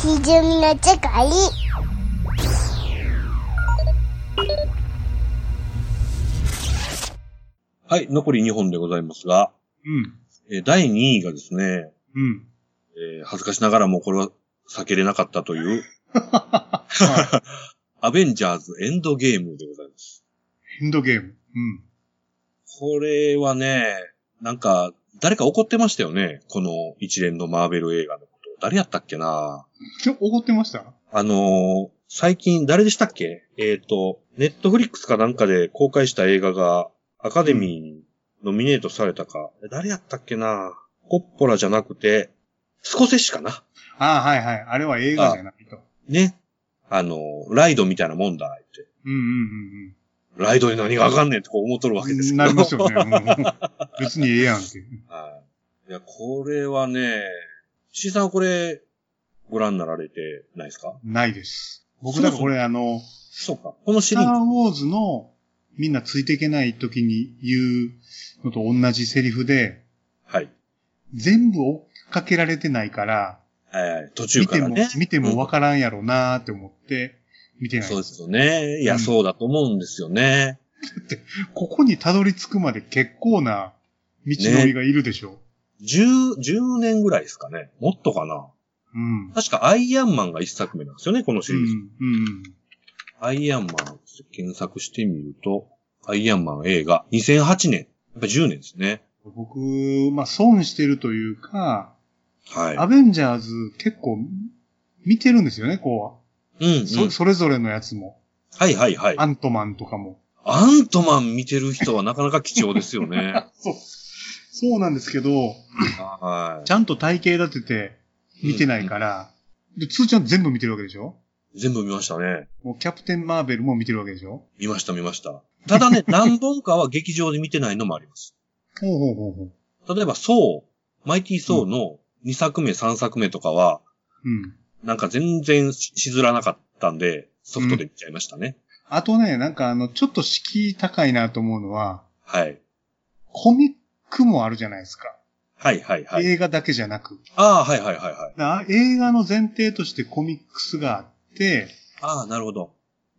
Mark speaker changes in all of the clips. Speaker 1: ひじゅみのちかい
Speaker 2: はい、残り2本でございますが、
Speaker 3: うん。
Speaker 2: えー第2位がですね、
Speaker 3: うん。
Speaker 2: えー恥ずかしながらもこれは避けれなかったという、
Speaker 3: は
Speaker 2: アベンジャーズエンドゲームでございます。
Speaker 3: い。エンドゲーム。うん。
Speaker 2: これはね、なんか、誰か怒ってましたよね。この一連のマーベル映画のこと。誰やったっけな
Speaker 3: ちょ、怒ってました
Speaker 2: あのー最近、誰でしたっけえっ、と、ネットフリックスかなんかで公開した映画がアカデミーにノミネートされたか。誰やったっけなコッポラじゃなくて、スコセッシかな
Speaker 3: ああ、はいはい。あれは映画じゃないと。
Speaker 2: ね。あのーライドみたいなもんだ、って。
Speaker 3: うんうんうん
Speaker 2: ライドに何があかんねんってこう思っとるわ
Speaker 3: う
Speaker 2: けですけ
Speaker 3: ん。
Speaker 2: ど。
Speaker 3: なりま すよね。もう別にええやんっていう。
Speaker 2: はい。いや、これはね、C さんはこれ、ご覧になられてないですか
Speaker 3: ないです。僕だからこれあの、
Speaker 2: そうか。この
Speaker 3: ス
Speaker 2: シ
Speaker 3: タ
Speaker 2: リ
Speaker 3: ー
Speaker 2: ーズ。
Speaker 3: ウォーズのみんなついていけない時に言うのと同じセリフで、
Speaker 2: はい。
Speaker 3: 全部追っかけられてないから、
Speaker 2: はいはい。途中
Speaker 3: 見
Speaker 2: か
Speaker 3: て
Speaker 2: ら
Speaker 3: も、
Speaker 2: ね。
Speaker 3: 見てもわからんやろうなーって思って、見てない
Speaker 2: そうですよね。いや、
Speaker 3: うん
Speaker 2: そうだと思うんですよね。
Speaker 3: ここにたどり着くまで結構な道のりがいるでしょう。
Speaker 2: 10、10年ぐらいですかね。もっとかな。
Speaker 3: うん。
Speaker 2: 確かアイアンマンが一作目なんですよね、このシ
Speaker 3: う
Speaker 2: リーズ。
Speaker 3: ん。うん。
Speaker 2: アイアンマン検索してみると、アイアンマン映画、2008年。やっぱ10年ですね。
Speaker 3: 僕、まあ、損してるというか、
Speaker 2: はい。
Speaker 3: アベンジャーズ結構見てるんですよね、こ
Speaker 2: うん、う
Speaker 3: う。そ
Speaker 2: ん。
Speaker 3: それぞれのやつも。
Speaker 2: はいはいはい。
Speaker 3: アントマンとかも。
Speaker 2: アントマン見てる人はなかなか貴重ですよね。
Speaker 3: そう。そうなんですけど、
Speaker 2: は
Speaker 3: ちゃんと体系立てて見てないから、で、つーちゃん全部見てるわけでしょ
Speaker 2: い。全部見ましたね。
Speaker 3: もうキャプテン・マーベルも見てるわけでしょ
Speaker 2: 見ました見ました。ただね、何本かは劇場で見てないのもあります。
Speaker 3: ほうほうほうほう。
Speaker 2: 例えば、ソウ、マイティーソウの2作目、3作目とかは、
Speaker 3: うん。
Speaker 2: なんか全然ししずらなかったんで、ソフトで見ちゃいましたね。
Speaker 3: あとね、なんかあの、ちょっと敷居高いなと思うのは、
Speaker 2: はい。
Speaker 3: コミックもあるじゃないですか。
Speaker 2: はいはいはい。
Speaker 3: 映画だけじゃなく。
Speaker 2: ああ、はいはいはいはい。
Speaker 3: だ映画の前提としてコミックスがあって、
Speaker 2: ああ、なるほど。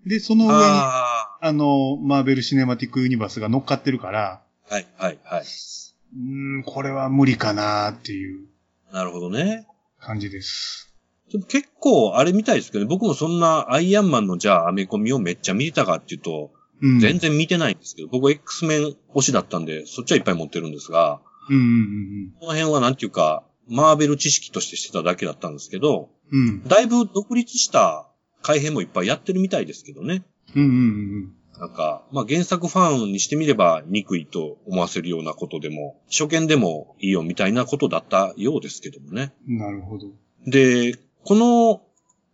Speaker 3: で、その上に、あ
Speaker 2: あ
Speaker 3: の、マーベル・シネマティック・ユニバースが乗っかってるから、
Speaker 2: あ、はいはいはい。
Speaker 3: うーん、これは無理かなっていう
Speaker 2: なるほどね。
Speaker 3: 感じです。
Speaker 2: でも結構、あれみたいですけどね、僕もそんなアイアンマンのじゃあアメコミをめっちゃ見てたかっていうと、
Speaker 3: うん。
Speaker 2: 全然見てないんですけど、僕 X メン推しだったんで、そっちはいっぱい持ってるんですが、
Speaker 3: うんうん
Speaker 2: この辺はなんていうか、マーベル知識としてしてただけだったんですけど、
Speaker 3: うんうん。うん。
Speaker 2: だいぶ独立した改編もいっぱいやってるみたいですけどね。
Speaker 3: うんうんうん
Speaker 2: なんか、まあ、原作ファンにしてみれば憎いと思わせるようなことでも、初見でもいいよみたいなことだったようですけどもね。
Speaker 3: うん。なるほど。
Speaker 2: で、この、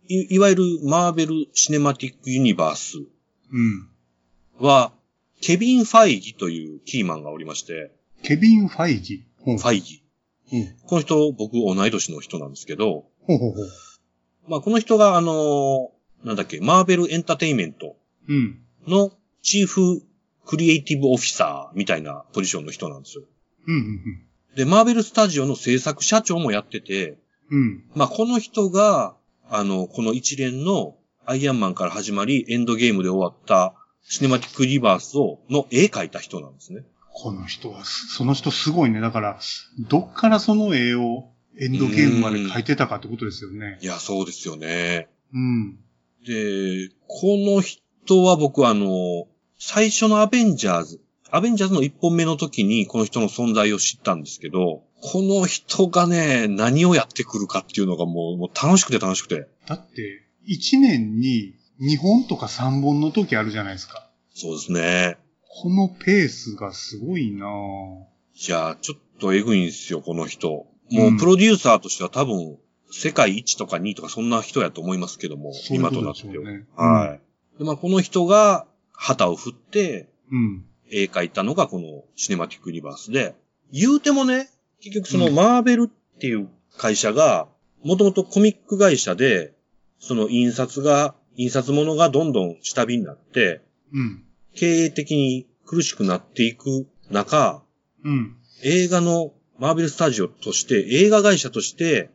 Speaker 2: いいわゆるマーベル・シネマティック・ユニバース
Speaker 3: うん。
Speaker 2: は、ケビン・ファイギというキーマンがおりまして、
Speaker 3: ケビン・ファイギ。フ
Speaker 2: ファイギ。
Speaker 3: うん
Speaker 2: この人、僕、同い年の人なんですけど、
Speaker 3: ほうほうほう。
Speaker 2: まあ、この人が、あのーなんだっけ、マーベルエンターテインメント
Speaker 3: うん。
Speaker 2: のチーフクリエイティブオフィサーみたいなポジションの人なんですよ。
Speaker 3: うんうん
Speaker 2: で、マーベルスタジオの制作社長もやってて、
Speaker 3: うん。うん。
Speaker 2: まあ、この人が、あの、この一連のアイアンマンから始まり、エンドゲームで終わったシネマティックリバースを、の絵描いた人なんですね。
Speaker 3: この人はす、その人すごいね。だから、どっからその絵をエンドゲームまで描いてたかってことですよね。
Speaker 2: いや、そうですよね。
Speaker 3: うん。
Speaker 2: で、この人は僕あの、最初のアベンジャーズ、アベンジャーズの一本目の時にこの人の存在を知ったんですけど、この人がね、何をやってくるかっていうのがもうもう楽しくて楽しくて。
Speaker 3: だって、1年に2本とか3本の時あるじゃないですか。
Speaker 2: そうですね。
Speaker 3: このペースがすごいなぁ。
Speaker 2: いや、ちょっとエグいんですよ、この人。
Speaker 3: う
Speaker 2: もうんプロデューサーとしては多分、世界1とか2とかそんな人やと思いますけども、
Speaker 3: そういう
Speaker 2: 今
Speaker 3: こと
Speaker 2: な
Speaker 3: と
Speaker 2: っ
Speaker 3: で
Speaker 2: て
Speaker 3: しょう
Speaker 2: は。
Speaker 3: ね。
Speaker 2: はい。で、まあこの人が旗を振って、
Speaker 3: うん。
Speaker 2: 絵描いたのがこのシネマティックユニバースで、言うてもね、結局その
Speaker 3: うん
Speaker 2: マーベルっていう会社が、もともとコミック会社で、その印刷が、印刷物がどんどん下火になって、
Speaker 3: うん。
Speaker 2: 経営的に苦しくなっていく中、
Speaker 3: うん。
Speaker 2: 映画のマーベルスタジオとして、映画会社として、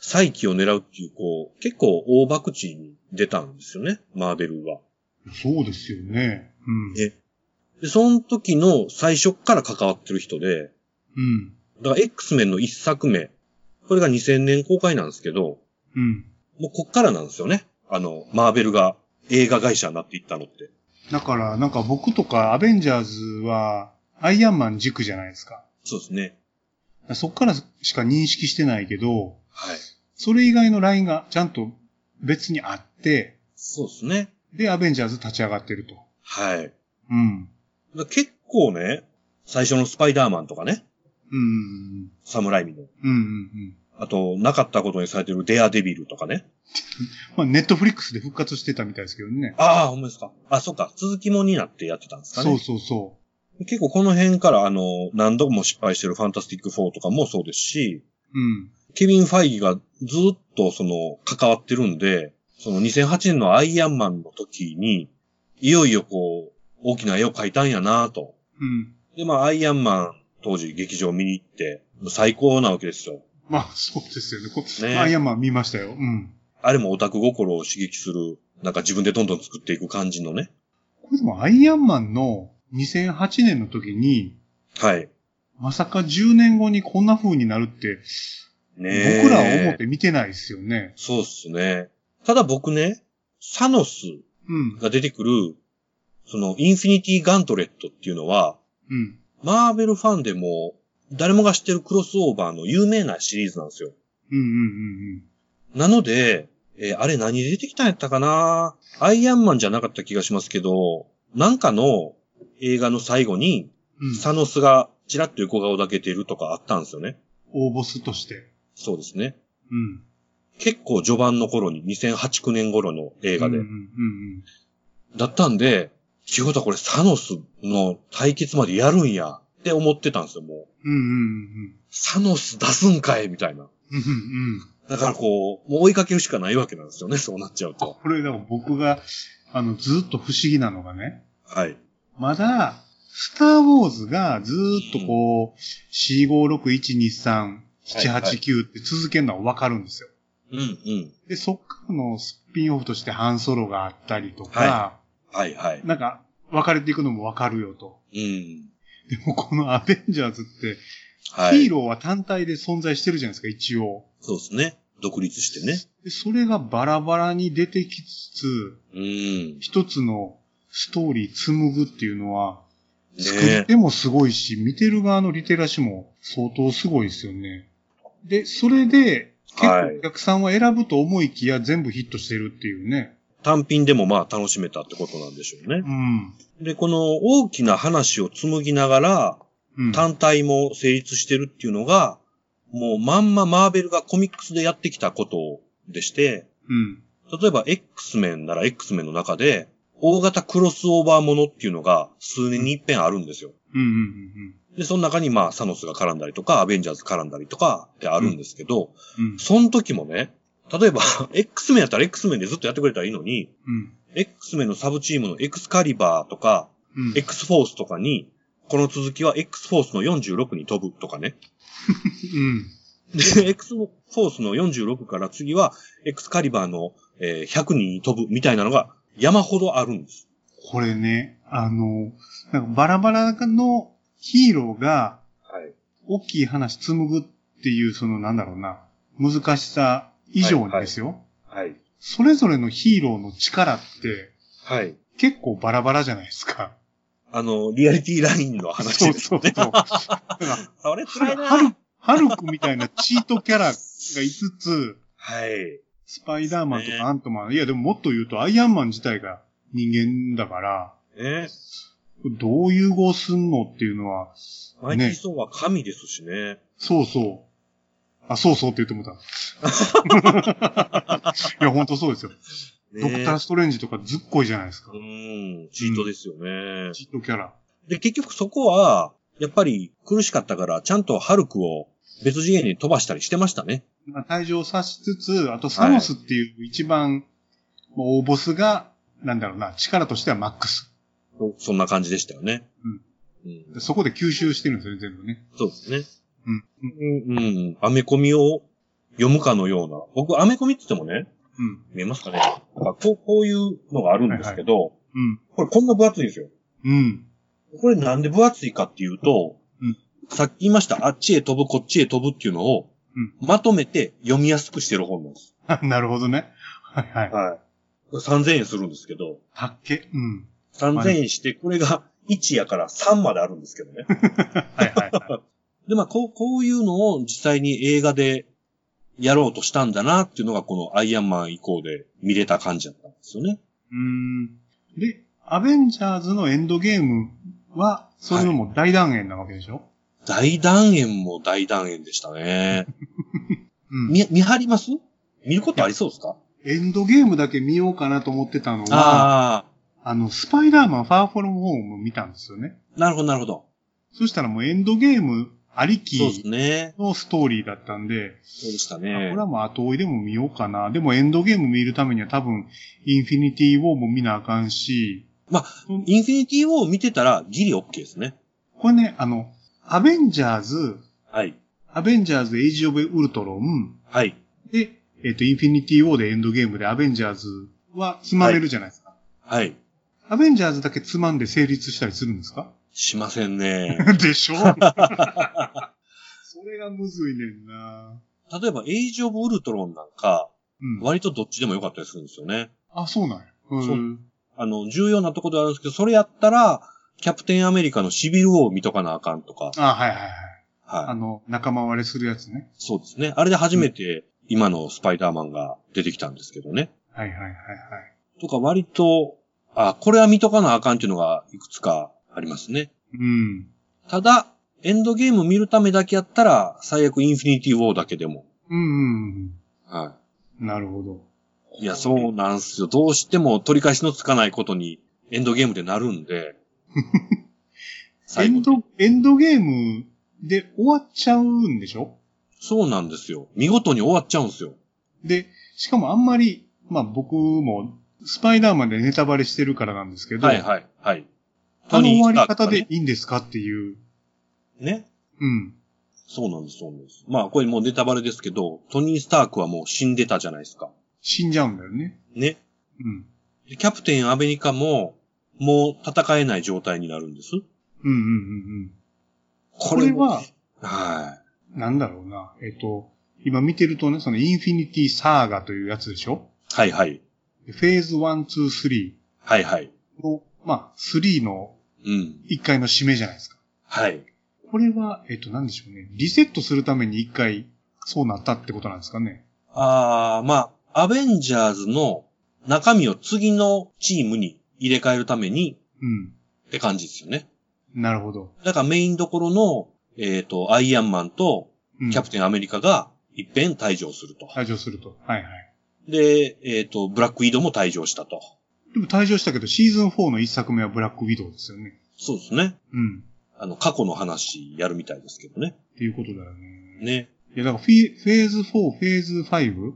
Speaker 2: 再起を狙うっていう、こう、結構大博打に出たんですよね、マーベルは。
Speaker 3: そうですよね。うん。
Speaker 2: えで、その時の最初っから関わってる人で、
Speaker 3: うん。
Speaker 2: だから X メンの一作目、これが2000年公開なんですけど、
Speaker 3: うん。
Speaker 2: もうこっからなんですよね。あの、マーベルが映画会社になっていったのって。
Speaker 3: だから、なんか僕とかアベンジャーズは、アイアンマン軸じゃないですか。
Speaker 2: そうですね。
Speaker 3: そっからしか認識してないけど、
Speaker 2: はい。
Speaker 3: それ以外のラインがちゃんと別にあって、
Speaker 2: そうですね。
Speaker 3: で、アベンジャーズ立ち上がってると。
Speaker 2: はい。だか
Speaker 3: うん。
Speaker 2: ら結構ね、最初のスパイダーマンとかね、
Speaker 3: うん。
Speaker 2: サムライミの。
Speaker 3: うん。うん。うん。
Speaker 2: あと、なかったことにされてるデアデビルとかね。
Speaker 3: まあ、ネットフリックスで復活してたみたいですけどね。
Speaker 2: ああ、ほんまですか。あ、そっか。続きもんになってやってたんですか
Speaker 3: そう
Speaker 2: ね。
Speaker 3: そうそ
Speaker 2: 結構この辺から、あの、何度も失敗してるファンタスティック4とかもそうですし、
Speaker 3: う。うん。
Speaker 2: ケビン・ファイギがずっとその関わってるんで、その2008年のアイアンマンの時に、いよいよこう、大きな絵を描いたんやなと。
Speaker 3: うん。
Speaker 2: で、まあ、アイアンマン当時劇場見に行って、最高なわけですよ。
Speaker 3: まあ、そうですよね。こ
Speaker 2: ね
Speaker 3: アイアンマン見ましたよ。うん。
Speaker 2: あれもオタク心を刺激する、なんか自分でどんどん作っていく感じのね。
Speaker 3: これでもアイアンマンの2008年の時に、
Speaker 2: はい。
Speaker 3: まさか10年後にこんな風になるって、
Speaker 2: ねえ
Speaker 3: 僕らは思って見てないですよね。
Speaker 2: そうっすね。ただ僕ね、サノス
Speaker 3: うん。
Speaker 2: が出てくる、その、インフィニティ・ガントレットっていうのは、
Speaker 3: うん。
Speaker 2: マーベルファンでも、誰もが知ってるクロスオーバーの有名なシリーズなんですよ。
Speaker 3: うんうん
Speaker 2: なので、えーあれ何で出てきたんやったかなアイアンマンじゃなかった気がしますけど、なんかの映画の最後に、
Speaker 3: うんうん。
Speaker 2: サノスがチラッと横顔だけ出るとかあったんですよね。
Speaker 3: 応募スとして。
Speaker 2: そうですね。
Speaker 3: うん。
Speaker 2: 結構序盤の頃に、2008、9年頃の映画で。
Speaker 3: うんうんうん
Speaker 2: だったんで、仕事はこれサノスの対決までやるんやって思ってたんですよ、もう。
Speaker 3: うん。うんうん
Speaker 2: サノス出すんかいみたいな。
Speaker 3: うん。うんうんうん。
Speaker 2: だからこう、もう追いかけるしかないわけなんですよね、そうなっちゃうと。
Speaker 3: これ、だから僕が、あの、ずっと不思議なのがね、
Speaker 2: はい。
Speaker 3: まだ、スターウォーズがずーっとこう、4、5、6、1、2、3、7、
Speaker 2: はいはい
Speaker 3: 8、9って続けるのはわかるんですよ。
Speaker 2: うんうん。
Speaker 3: で、そっからのスピンオフとして半ソロがあったりとか、
Speaker 2: ははいはい。
Speaker 3: なんか、別れていくのもわかるよと。
Speaker 2: うん。
Speaker 3: でもこのアベンジャーズって、
Speaker 2: は
Speaker 3: ヒ
Speaker 2: い
Speaker 3: ー。ローは単体で存在してるじゃないですか、一応。
Speaker 2: そうですね。独立してね。
Speaker 3: で、それがバラバラに出てきつつ、
Speaker 2: うん。
Speaker 3: 一つのストーリー紡ぐっていうのは、作り
Speaker 2: ねえ。
Speaker 3: 手もすごいし、見てる側のリテラシーも相当すごいですよね。で、それで、結
Speaker 2: はい
Speaker 3: 構お客さんは選ぶと思いきや全部ヒットしてるっていうね。
Speaker 2: 単品でもまあ楽しめたってことなんでしょうね。
Speaker 3: うん。
Speaker 2: で、この大きな話を紡ぎながら、
Speaker 3: うん。
Speaker 2: 単体も成立してるっていうのが、もうまんまマーベルがコミックスでやってきたことでして、
Speaker 3: うん。
Speaker 2: 例えば X メンなら X メンの中で、大型クロスオーバーものっていうのが数年に一遍あるんですよ。
Speaker 3: うん。うん。
Speaker 2: で、その中にまあサノスが絡んだりとか、アベンジャーズ絡んだりとかってあるんですけど、
Speaker 3: うん。
Speaker 2: その時もね、例えば X メンやったら X メンでずっとやってくれたらいいのに、
Speaker 3: うん。
Speaker 2: X メンのサブチームのエクスカリバーとか、
Speaker 3: うん。
Speaker 2: X フォースとかに、この続きは X フォースの46に飛ぶとかね。
Speaker 3: うん。
Speaker 2: で、X フォースの46から次は、エクスカリバーの、えー100人に飛ぶみたいなのが山ほどあるんです。
Speaker 3: これね、あの、なんかバラバラのヒーローが
Speaker 2: はい。
Speaker 3: 大きい話紡ぐっていう、そのなんだろうな、難しさ以上にですよ。
Speaker 2: はい。
Speaker 3: それぞれのヒーローの力って
Speaker 2: はい。
Speaker 3: 結構バラバラじゃないですか。
Speaker 2: あの、リアリティラインの話
Speaker 3: そう
Speaker 2: です
Speaker 3: そう
Speaker 2: よ
Speaker 3: そ
Speaker 2: ね
Speaker 3: う。。 だから
Speaker 2: あれ
Speaker 3: ハ
Speaker 2: 辛い
Speaker 3: ル
Speaker 2: な
Speaker 3: ハルハルクみたいなチートキャラが5つ、
Speaker 2: はい。
Speaker 3: スパイダーマンと
Speaker 2: ね
Speaker 3: かアントマン、いやでももっと言うとアイアンマン自体が人間だから、
Speaker 2: ね。
Speaker 3: どう融合すんのっていうのは、
Speaker 2: マイティーソーは神ですしね。
Speaker 3: そうそう。あ、そうそうって言っ てもうた。いや、本当そうですよ。
Speaker 2: ね
Speaker 3: ドクター・ストレンジとかずっこいじゃないですか
Speaker 2: う。ーん、チートですよね。
Speaker 3: チートキャラ。
Speaker 2: で、結局そこは、やっぱり苦しかったから、ちゃんとハルクを別次元に飛ばしたりしてましたね。
Speaker 3: まあ、退場を察しつつ、あとサノスっていう一番、まあ大ボスが、なんだろうな、力としてはマックス。
Speaker 2: そそんな感じでしたよね。うん
Speaker 3: でそこで吸収してるんですよね、全部ね。
Speaker 2: そうですね。
Speaker 3: う
Speaker 2: う
Speaker 3: ん。
Speaker 2: ん、うん、アメコミを読むかのような。僕、アメコミって言ってもね、
Speaker 3: うん。
Speaker 2: 見えますかねなんかこうこういうのがあるんですけど、
Speaker 3: うん。
Speaker 2: これこんな分厚いんですよ。
Speaker 3: うん。
Speaker 2: これなんで分厚いかっていうと、
Speaker 3: うん
Speaker 2: さっき言いました、あっちへ飛ぶ、こっちへ飛ぶっていうのを、まとめて読みやすくしてる本なんです。
Speaker 3: あ なるほどね。はいはい。
Speaker 2: はい。3000円するんですけど、
Speaker 3: たっけうん。
Speaker 2: 3000円して、これが1やから3まであるんですけどね。
Speaker 3: はいはいはい。
Speaker 2: で、まあ、こう、こういうのを実際に映画でやろうとしたんだなっていうのが、このアイアンマン以降で見れた感じだったんですよね。
Speaker 3: うーん。で、アベンジャーズのエンドゲームは、それのもう大断円なわけでしょ、
Speaker 2: 大断円も大断円でしたね。
Speaker 3: うん。
Speaker 2: 見、見張ります見ることありそうですか
Speaker 3: エンドゲームだけ見ようかなと思ってたのは、あ
Speaker 2: あ
Speaker 3: の、スパイダーマンファーフォロムホーム見たんですよね。
Speaker 2: あ、なるほど、なるほど。
Speaker 3: そしたらもうエンドゲームあり
Speaker 2: そうです
Speaker 3: き
Speaker 2: ね。
Speaker 3: のストーリーだったんで、
Speaker 2: そうでした
Speaker 3: あ
Speaker 2: ね
Speaker 3: これ。はもう後追いでも見ようかな。でもエンドゲーム見るためには多分、インフィニティ・ウォーも見なあかんし、
Speaker 2: まあ
Speaker 3: うん
Speaker 2: インフィニティウォーを見てたらギリオッケーですね。
Speaker 3: これね、あの、アベンジャーズ、
Speaker 2: はい。
Speaker 3: アベンジャーズ・エイジ・オブ・ウルトロン、
Speaker 2: はい。
Speaker 3: で、えっ、と、インフィニティ・ウォーでエンドゲームでアベンジャーズはつまめるじゃないですか。
Speaker 2: はい。
Speaker 3: アベンジャーズだけつまんで成立したりするんで すか
Speaker 2: しません ね。
Speaker 3: でしょそれがむずいねんな
Speaker 2: 例えば、エイジオブ・ウルトロンなんか、
Speaker 3: うん。
Speaker 2: 割とどっちでもよかったりするんですよね。
Speaker 3: あ、そうなんや。う。
Speaker 2: そうんあの、重要なとこではあるんですけど、それやったら、キャプテンアメリカのシビル王を見とかなあかんとか。
Speaker 3: あ、はいはいはい。あ
Speaker 2: はい。
Speaker 3: の、仲間割れするやつね。
Speaker 2: そうですね。あれで初めて今のスパイダーマンが出てきたんですけどね。
Speaker 3: はいはいはいはい。
Speaker 2: とか割と、あ、これは見とかなあかんっていうのがいくつかありますね。
Speaker 3: うん。
Speaker 2: ただ、エンドゲーム見るためだけやったら、最悪インフィニティウォーだけでも。
Speaker 3: うんうん
Speaker 2: は
Speaker 3: うん。なるほど。
Speaker 2: い。いや、そうなんすよ。どうしても取り返しのつかないことにエンドゲームでなるん で。
Speaker 3: エ
Speaker 2: 最後
Speaker 3: ンド、エンドゲームで終わっちゃうんでしょ
Speaker 2: そうなんですよ。見事に終わっちゃうんですよ。
Speaker 3: で、しかもあんまり、まあ僕も、スパイダーマンでネタバレしてるからなんですけど、
Speaker 2: はいはいはい。
Speaker 3: あの終わり
Speaker 2: ト
Speaker 3: 方
Speaker 2: ニー
Speaker 3: でいいんですかってい
Speaker 2: スター
Speaker 3: う。
Speaker 2: クがね。ね。
Speaker 3: うん。
Speaker 2: そうなんです、そうなんです。まあ、これもうネタバレですけど、トニー・スタークはもう死んでたじゃないですか。
Speaker 3: 死んじゃうんだよね。
Speaker 2: ね。
Speaker 3: うん。
Speaker 2: でキャプテンアメリカも、もう戦えない状態になるんです。
Speaker 3: うんうんうん
Speaker 2: こ
Speaker 3: れ
Speaker 2: も
Speaker 3: は、
Speaker 2: は
Speaker 3: うん。なんだろうな。えっ、と、今見てるとね、そのインフィニティサーガというやつでしょ
Speaker 2: い。はいはい。
Speaker 3: でフェーズ1、2、
Speaker 2: はいはい。
Speaker 3: 3の、まあ、3の
Speaker 2: うん。
Speaker 3: 1回の締めじゃないですか。
Speaker 2: はい。
Speaker 3: これは、えっ、と、なんでしょうね。リセットするために1回、そうなったってことなんですかね。
Speaker 2: あー、まあ、アベンジャーズの中身を次のチームに入れ替えるために
Speaker 3: うん。
Speaker 2: って感じですよね。
Speaker 3: なるほど。
Speaker 2: だからメインどころの、えっ、と、アイアンマンと
Speaker 3: うん、
Speaker 2: キャプテンアメリカが一遍退場すると。
Speaker 3: 退場すると。はいはい。
Speaker 2: で、えっ、と、ブラックウィードも退場したと。
Speaker 3: でも退場したけど、シーズン4の1作目はブラックウィドウですよね。
Speaker 2: そうですね。
Speaker 3: うん。
Speaker 2: あの、過去の話やるみたいですけどね。
Speaker 3: っていうことだよね。
Speaker 2: ね。
Speaker 3: いや、だからフィフェーズ4、フェーズ5、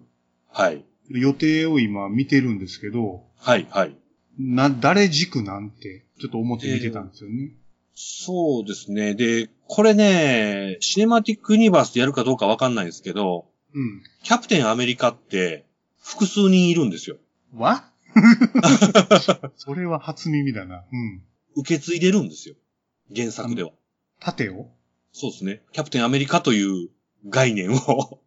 Speaker 2: はい。
Speaker 3: 予定を今見てるんですけど、
Speaker 2: はい、はい。
Speaker 3: な、誰軸なんて、ちょっと思って見てたんですよね。
Speaker 2: そうですね。で、これね、シネマティックユニバースでやるかどうかわかんないですけど、キャプテンアメリカって複数人いるんですよ。
Speaker 3: うん。わ それは初耳だな。うん。
Speaker 2: 受け継いでるんですよ。原作では。
Speaker 3: 縦を
Speaker 2: そうですね。キャプテンアメリカという概念を。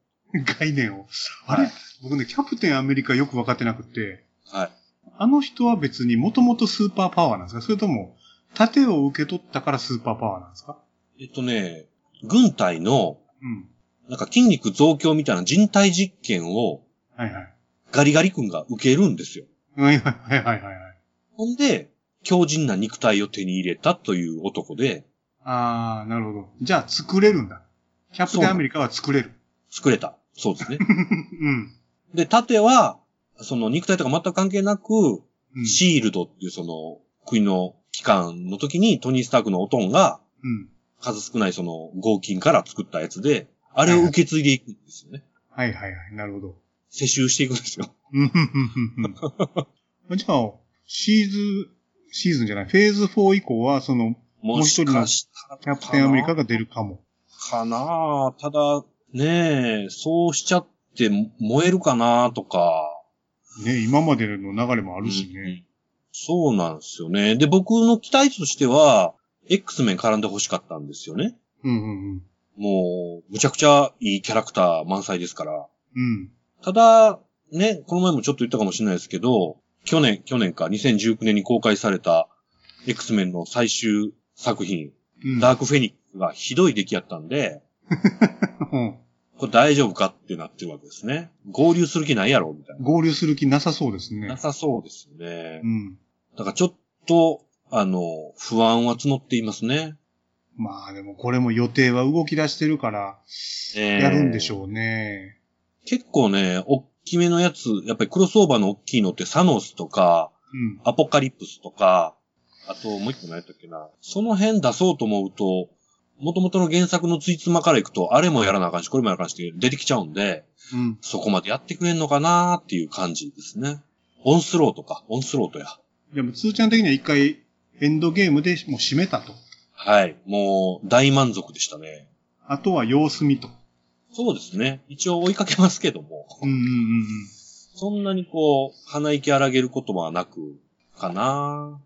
Speaker 3: 概念を。あれ、
Speaker 2: はい
Speaker 3: 僕ね、キャプテンアメリカよく分かってなくて、
Speaker 2: はい。
Speaker 3: あの人は別にもともとスーパーパワーなんですかそれとも、盾を受け取ったからスーパーパワーなんですか
Speaker 2: えっとね、軍隊の、
Speaker 3: うん。
Speaker 2: なんか筋肉増強みたいな人体実験を
Speaker 3: はいはい。
Speaker 2: ガリガリ君が受けるんですよ。
Speaker 3: はいはいはいはい。
Speaker 2: ほんで、強靭な肉体を手に入れたという男で
Speaker 3: あー、なるほど。じゃあ作れるんだ。キャプテンアメリカは作れる。
Speaker 2: 作れた。そうですね。
Speaker 3: うん。
Speaker 2: で、盾は、その肉体とか全く関係なく、
Speaker 3: うん。
Speaker 2: シールドっていうその国の機関の時にトニー・スタークのおとんが
Speaker 3: うん。
Speaker 2: 数少ないその合金から作ったやつで、あれを受け継いでいくんですよね。
Speaker 3: はいはいはい。なるほど。
Speaker 2: 世襲していくんですよ。
Speaker 3: うん、ふんふんふんふん。じゃあ、シーズン、シーズンじゃない、フェーズ4以降は、その、
Speaker 2: もしかしたら
Speaker 3: キャプテンアメリカが出るかも。
Speaker 2: かなあただ、ねえ、そうしちゃっって燃えるかなとか。
Speaker 3: ね、今までの流れもあるしね。
Speaker 2: そうなんですよね。で、僕の期待値としては、X 面絡んで欲しかったんですよね。
Speaker 3: うんうんうん。
Speaker 2: もう、むちゃくちゃいいキャラクター満載ですから。
Speaker 3: うん。
Speaker 2: ただ、ね、この前もちょっと言ったかもしれないですけど、去年、去年か、2019年に公開された X メンの最終作品、
Speaker 3: うん。
Speaker 2: ダークフェニックスがひどい出来やったんで、
Speaker 3: うん
Speaker 2: これ大丈夫かってなってるわけですね。合流する気ないやろみたい
Speaker 3: 合流する気なさそうです
Speaker 2: な。
Speaker 3: ね
Speaker 2: な。さそうですよね
Speaker 3: う。ん。
Speaker 2: だからちょっと、あの、不安は募っていますね。
Speaker 3: まあでもこれも予定は動き出してるから、
Speaker 2: えー
Speaker 3: やるんでしょうね。
Speaker 2: 結構ね、大きめのやつ、やっぱりクロスオーバーの大きいのってサノスとか、
Speaker 3: うん。
Speaker 2: アポカリプスとか、あともう一個何やったっけな。その辺出そうと思うと、元々の原作のついつまからいくと、あれもやらなあかんし、これもやらなあかんしって出てきちゃうんで、
Speaker 3: うん。
Speaker 2: そこまでやってくれんのかなーっていう感じですね。オンスロートか、オンスロートや。
Speaker 3: でも、つーちゃん的には一回、エンドゲームでもう締めたと。
Speaker 2: はい。もう、大満足でしたね。
Speaker 3: あとは様子見と。
Speaker 2: そうですね。一応追いかけますけども。
Speaker 3: うんうんうんうん。
Speaker 2: そんなにこう、鼻息荒げることはなく、かな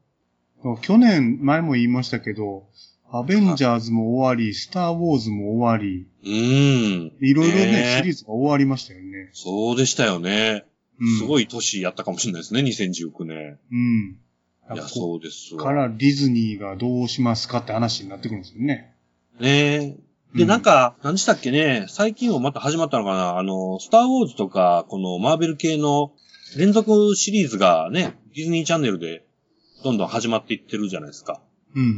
Speaker 3: 去年、前も言いましたけど、アベンジャーズも終わり、スター・ウォーズも終わり、
Speaker 2: うーん。
Speaker 3: いろいろ
Speaker 2: ね
Speaker 3: ね
Speaker 2: え、
Speaker 3: シリーズが終わりましたよね。
Speaker 2: そうでしたよね。
Speaker 3: うん、
Speaker 2: す
Speaker 3: い。
Speaker 2: ごい年やったかもしれないですね、2019年。
Speaker 3: うん。
Speaker 2: いや、
Speaker 3: こ
Speaker 2: そうです
Speaker 3: こか
Speaker 2: わ。
Speaker 3: らディズニーがどうしますかって話になってくるんですよね。
Speaker 2: ねえ。で、
Speaker 3: う
Speaker 2: なん、か、何でしたっけね、最近もまた始まったのかなあの、スターウォーズとか、このマーベル系の連続シリーズがね、ディズニーチャンネルでどんどん始まっていってるじゃないですか。
Speaker 3: うんうんう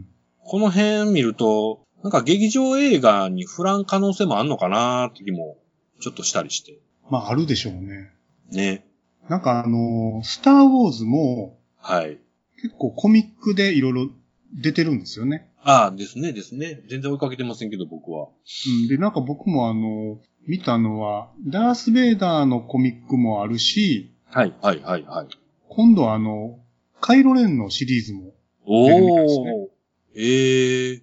Speaker 3: ん
Speaker 2: この辺見ると、なんか劇場映画に振らん可能性もあんのかなーって気も、ちょっとしたりして。
Speaker 3: うん。まあ、あるでしょうね。
Speaker 2: ね。
Speaker 3: なんかあのースター・ウォーズも
Speaker 2: はい。
Speaker 3: 結構コミックでいろいろ出てるんですよね。
Speaker 2: ああ、ですね、ですね。全然追いかけてませんけど、僕は。
Speaker 3: うん。で、なんか僕もあのー見たのは、ダース・ベイダーのコミックもあるし、
Speaker 2: はい、はい、はい、はい。
Speaker 3: 今度はあの、カイロレンのシリーズも。
Speaker 2: お
Speaker 3: 出るみたいです
Speaker 2: ー。
Speaker 3: ね
Speaker 2: ええ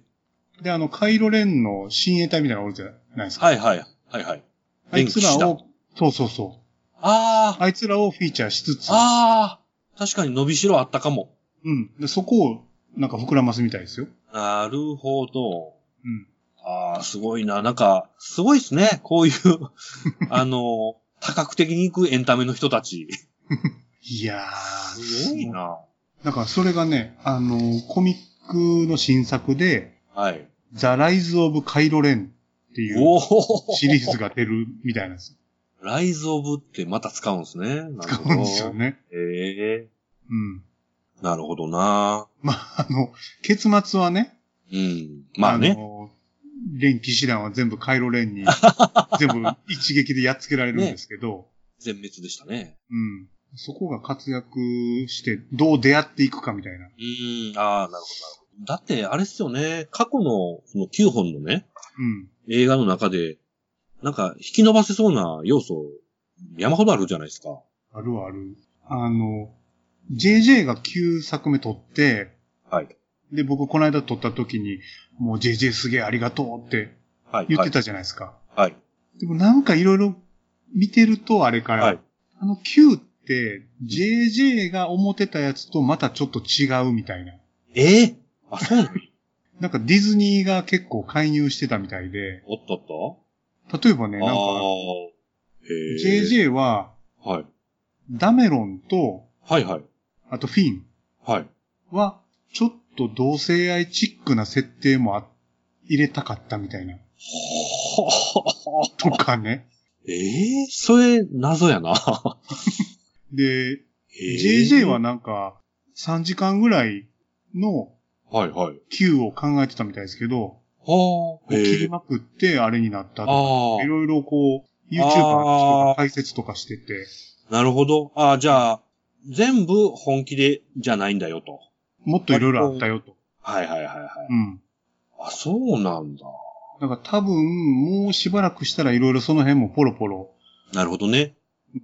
Speaker 3: で、あの、カイロレンの親衛隊みたいなのおるじゃないですか。
Speaker 2: はい、はい、はい、はい。
Speaker 3: あいつら
Speaker 2: 電
Speaker 3: を、そうそうそう。
Speaker 2: ああ、
Speaker 3: あいつらをフィーチャーしつつ、
Speaker 2: ああ、確かに伸びしろあったかも。
Speaker 3: うん。で、そこを、なんか膨らますみたいですよ。
Speaker 2: なるほど。
Speaker 3: うん。
Speaker 2: ああ、すごいな。なんか、すごいですね。こう いう、あの、多角的に行くエンタメの人たち。
Speaker 3: いやー。
Speaker 2: すごい。な。
Speaker 3: だから、それがね、あの、コミックの新作で、
Speaker 2: はい。
Speaker 3: ザ・ライズ・オブ・カイロレンっていう
Speaker 2: おお
Speaker 3: シリーズが出るみたいなんです。
Speaker 2: ライズオブってまた使うんですね。なる
Speaker 3: 使
Speaker 2: ほど。
Speaker 3: うんですよね。
Speaker 2: ええ
Speaker 3: うん。
Speaker 2: なるほどな。
Speaker 3: まあ、あの、結末はね、
Speaker 2: うん。まあね。
Speaker 3: の。連騎士団は全部カイロレ ンに、全部一撃でやっつけられるんですけど、
Speaker 2: 全滅でしたね。
Speaker 3: うん。そこが活躍して、どう出会っていくかみたいな。
Speaker 2: うん。ああ、なるほどなるほど。だって、あれっすよね。過去の、その9本のね、
Speaker 3: うん。
Speaker 2: 映画の中で、なんか、引き伸ばせそうな要素、山ほどあるじゃないですか。
Speaker 3: あるはある。あの、JJ が9作目撮って、
Speaker 2: はい。
Speaker 3: で、僕この間撮った時に、もう JJ すげえありがとうって
Speaker 2: はい。
Speaker 3: 言ってたじゃないですか。
Speaker 2: はい。
Speaker 3: でもなんかいろいろ見てると、あれから、
Speaker 2: はい。
Speaker 3: あの9って、JJ が思ってたやつとまたちょっと違うみたいな。
Speaker 2: ええあ、そうなの
Speaker 3: なんかディズニーが結構介入してたみたいで、
Speaker 2: おっとっと
Speaker 3: 例えばね、
Speaker 2: あ
Speaker 3: なん
Speaker 2: あ
Speaker 3: か、
Speaker 2: ー。へえ。
Speaker 3: JJ は
Speaker 2: はい。
Speaker 3: ダメロンと、
Speaker 2: はいはい。
Speaker 3: あとフィン
Speaker 2: はい。
Speaker 3: は、ちょっと同性愛チックな設定もあ入れたかったみたいな。とかね。
Speaker 2: ええそれ、謎やな。
Speaker 3: で、
Speaker 2: ええ
Speaker 3: JJ はなんか、3時間ぐらいの
Speaker 2: はいはい。
Speaker 3: Q を考えてたみたいですけど、
Speaker 2: はあ。
Speaker 3: 切り
Speaker 2: あ
Speaker 3: まくってあれになったとか、
Speaker 2: あ
Speaker 3: いろいろこう、YouTuber の人が解説とかしてて、
Speaker 2: ー。なるほど。ああ、じゃあ、全部本気で、じゃないんだよと。
Speaker 3: もっといろいろあったよと。
Speaker 2: はいはいはいはい。
Speaker 3: うん。
Speaker 2: あ、そうなんだ。
Speaker 3: だから多分、もうしばらくしたらいろいろその辺もポロポロ、
Speaker 2: なるほどね。